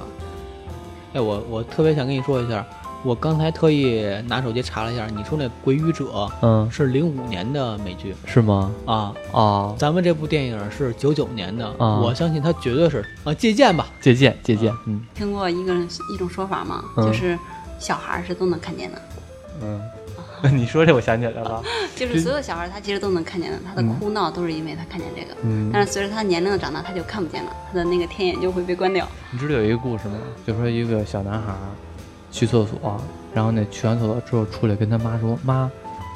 [SPEAKER 3] 哎，我我特别想跟你说一下，我刚才特意拿手机查了一下，你说那《鬼语者》
[SPEAKER 1] 嗯，
[SPEAKER 3] 是零五年的美剧
[SPEAKER 1] 是吗？
[SPEAKER 3] 啊，
[SPEAKER 1] 哦，
[SPEAKER 3] 咱们这部电影是九九年的，
[SPEAKER 1] 啊
[SPEAKER 3] 我相信它绝对是啊借鉴吧，
[SPEAKER 1] 借鉴借鉴，嗯
[SPEAKER 2] 听过一个一种说法吗？
[SPEAKER 1] 嗯
[SPEAKER 2] 就是小孩儿是都能看见的，
[SPEAKER 1] 嗯， [LAUGHS] 你说这我想起来了，
[SPEAKER 2] 就是所有小孩儿他其实都能看见的，他的哭闹都是因为他看见这个。
[SPEAKER 1] 嗯，
[SPEAKER 2] 但是随着他年龄的长大，他就看不见了，他的那个天眼就会被关掉。
[SPEAKER 1] 你知道有一个故事吗？就说一个小男孩儿去厕所，然后呢去完厕所之后出来跟他妈说：“妈，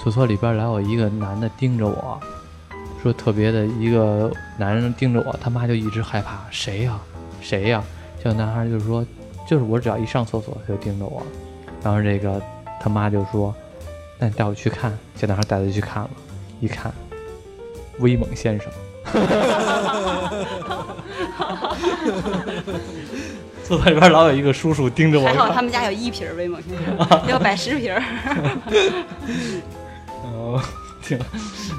[SPEAKER 1] 厕所里边来有一个男的盯着我，说特别的一个男人盯着我。”他妈就一直害怕，谁呀、谁呀、小男孩就说：“就是我，只要一上厕所他就盯着我。”然后这个他妈就说：“那你带我去看。”小男孩带他去看了，一看，威猛先生。 [LAUGHS] 厕所里边老有一个叔叔盯着 [LAUGHS] 我，
[SPEAKER 2] 还好他们家有一瓶儿威猛先生，要摆十瓶儿。
[SPEAKER 1] 哦，挺，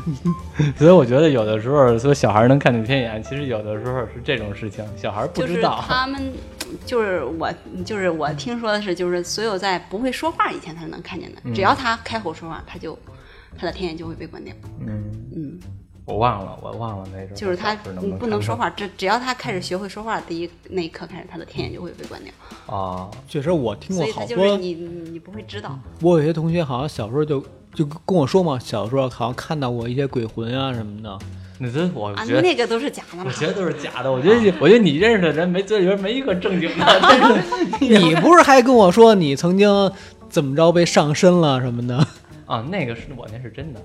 [SPEAKER 1] [LAUGHS] 所以我觉得有的时候说小孩能看见天眼，其实有的时候是这种事情，小孩 [LAUGHS] 不
[SPEAKER 2] 就是
[SPEAKER 1] 知道。
[SPEAKER 2] 他们，就是我，就是我听说的是，就是所有在不会说话以前，他是能看见的。
[SPEAKER 1] 嗯
[SPEAKER 2] 只要他开口说话，他就他的天眼就会被关掉。
[SPEAKER 1] 嗯，
[SPEAKER 2] 嗯，
[SPEAKER 1] 我忘了，我忘了那种。
[SPEAKER 2] 就是他嗯不能说
[SPEAKER 1] 话
[SPEAKER 2] 话，只只要他开始学会说话的第一那一刻开始，他的天眼就会被关掉。
[SPEAKER 1] 啊，
[SPEAKER 3] 确实我听
[SPEAKER 2] 所
[SPEAKER 3] 过
[SPEAKER 2] 以
[SPEAKER 3] 好
[SPEAKER 2] 他
[SPEAKER 3] 多
[SPEAKER 2] 就是你你你不会知道。
[SPEAKER 3] 我有
[SPEAKER 2] [LAUGHS]
[SPEAKER 3] 些同学好像小时候就就跟我说嘛，小时候好像看到过一些鬼魂啊什么的，
[SPEAKER 1] 那真我
[SPEAKER 2] 啊，
[SPEAKER 1] 觉得。
[SPEAKER 2] 那个啊都是假的
[SPEAKER 1] 我 [LAUGHS]
[SPEAKER 2] 嘛。
[SPEAKER 1] 觉得都是假的，我觉得，我觉得你认识的人没这里边没一个正经的， [LAUGHS] 真是
[SPEAKER 3] 你不是还跟我说你曾经怎么着被上身了什么的？
[SPEAKER 1] 啊，那个是我那是
[SPEAKER 2] [LAUGHS]
[SPEAKER 1] 真的，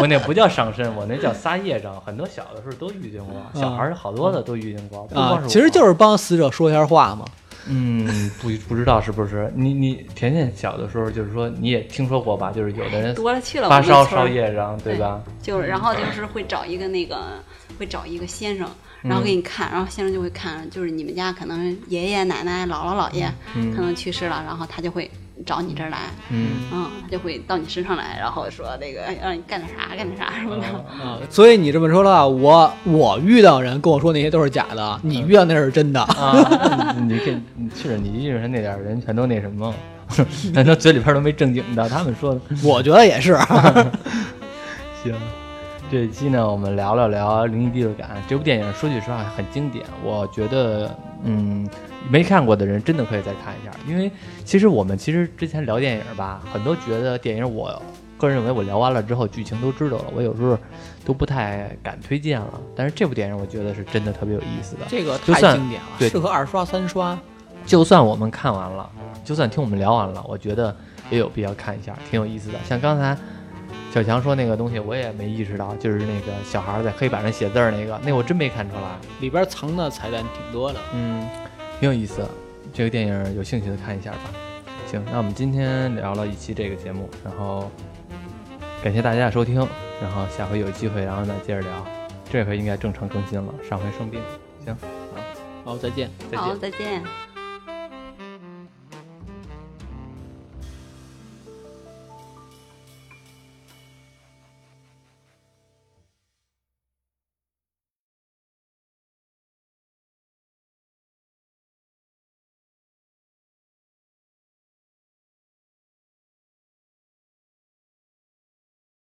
[SPEAKER 1] 我那不叫上身，我那叫撒业障。很多小的时候都遇见过，小孩儿好多的都遇见过，不光
[SPEAKER 3] 啊
[SPEAKER 1] 是，我
[SPEAKER 3] 其实就是帮死者说一下话嘛。
[SPEAKER 1] 嗯，不不知道是不是你你甜甜小的时候就是说你也听说过吧，就是有的人
[SPEAKER 2] 多了去了，我
[SPEAKER 1] 发
[SPEAKER 2] 们
[SPEAKER 1] 烧
[SPEAKER 2] 村
[SPEAKER 1] 烧嗯
[SPEAKER 2] 儿
[SPEAKER 1] 业障，对吧？
[SPEAKER 2] 就是，然后就是会找一个那个，会找一个先生，
[SPEAKER 1] 嗯
[SPEAKER 2] 然后给你看，然后先生就会看，就是你们家可能爷爷奶奶、姥姥姥爷可能去世了，然后他就会找你这儿来，
[SPEAKER 1] 嗯，
[SPEAKER 2] 嗯，他就会到你身上来，然后说那个哎让你干点啥，干点啥什么
[SPEAKER 1] 哦
[SPEAKER 2] 的。
[SPEAKER 3] 啊，所以你这么说的话，我我遇到人跟我说那些都是假的，你遇到那是真 [LAUGHS] 的。
[SPEAKER 1] 啊，你这你是你认识那点儿人全都那什么，全都嘴里边儿都没正经的，他们说的。
[SPEAKER 3] 我觉得也是。
[SPEAKER 1] 行，这一期呢，我们聊了聊《灵异第六感》这部电影，说句实话很经典，我觉得，嗯，没看过的人真的可以再看一下，因为其实我们其实之前聊电影吧，很多觉得电影我。个人认为，我聊完了之后，剧情都知道了，我有时候都不太敢推荐了。但是这部电影，我觉得是真的特别有意思的。
[SPEAKER 3] 这个
[SPEAKER 1] 就
[SPEAKER 3] 太
[SPEAKER 1] 算
[SPEAKER 3] 经典了，
[SPEAKER 1] 对
[SPEAKER 3] 适合二刷三刷。
[SPEAKER 1] 就算我们看完了，就算听我们聊完了，我觉得也有必要看一下，挺有意思的。像刚才小强说那个东西，我也没意识到，就是那个小孩在黑板上写字儿那个，那我真没看出来。
[SPEAKER 3] 里边藏的彩蛋挺多的。
[SPEAKER 1] 嗯，挺有意思的。这个电影有兴趣的看一下吧。行，那我们今天聊了一期这个节目，然后感谢大家的收听，然后下回有机会，然后再接着聊。这回应该正常更新了，上回生病。行，好，
[SPEAKER 3] 好，再见。
[SPEAKER 1] 再见
[SPEAKER 2] 好，。再见。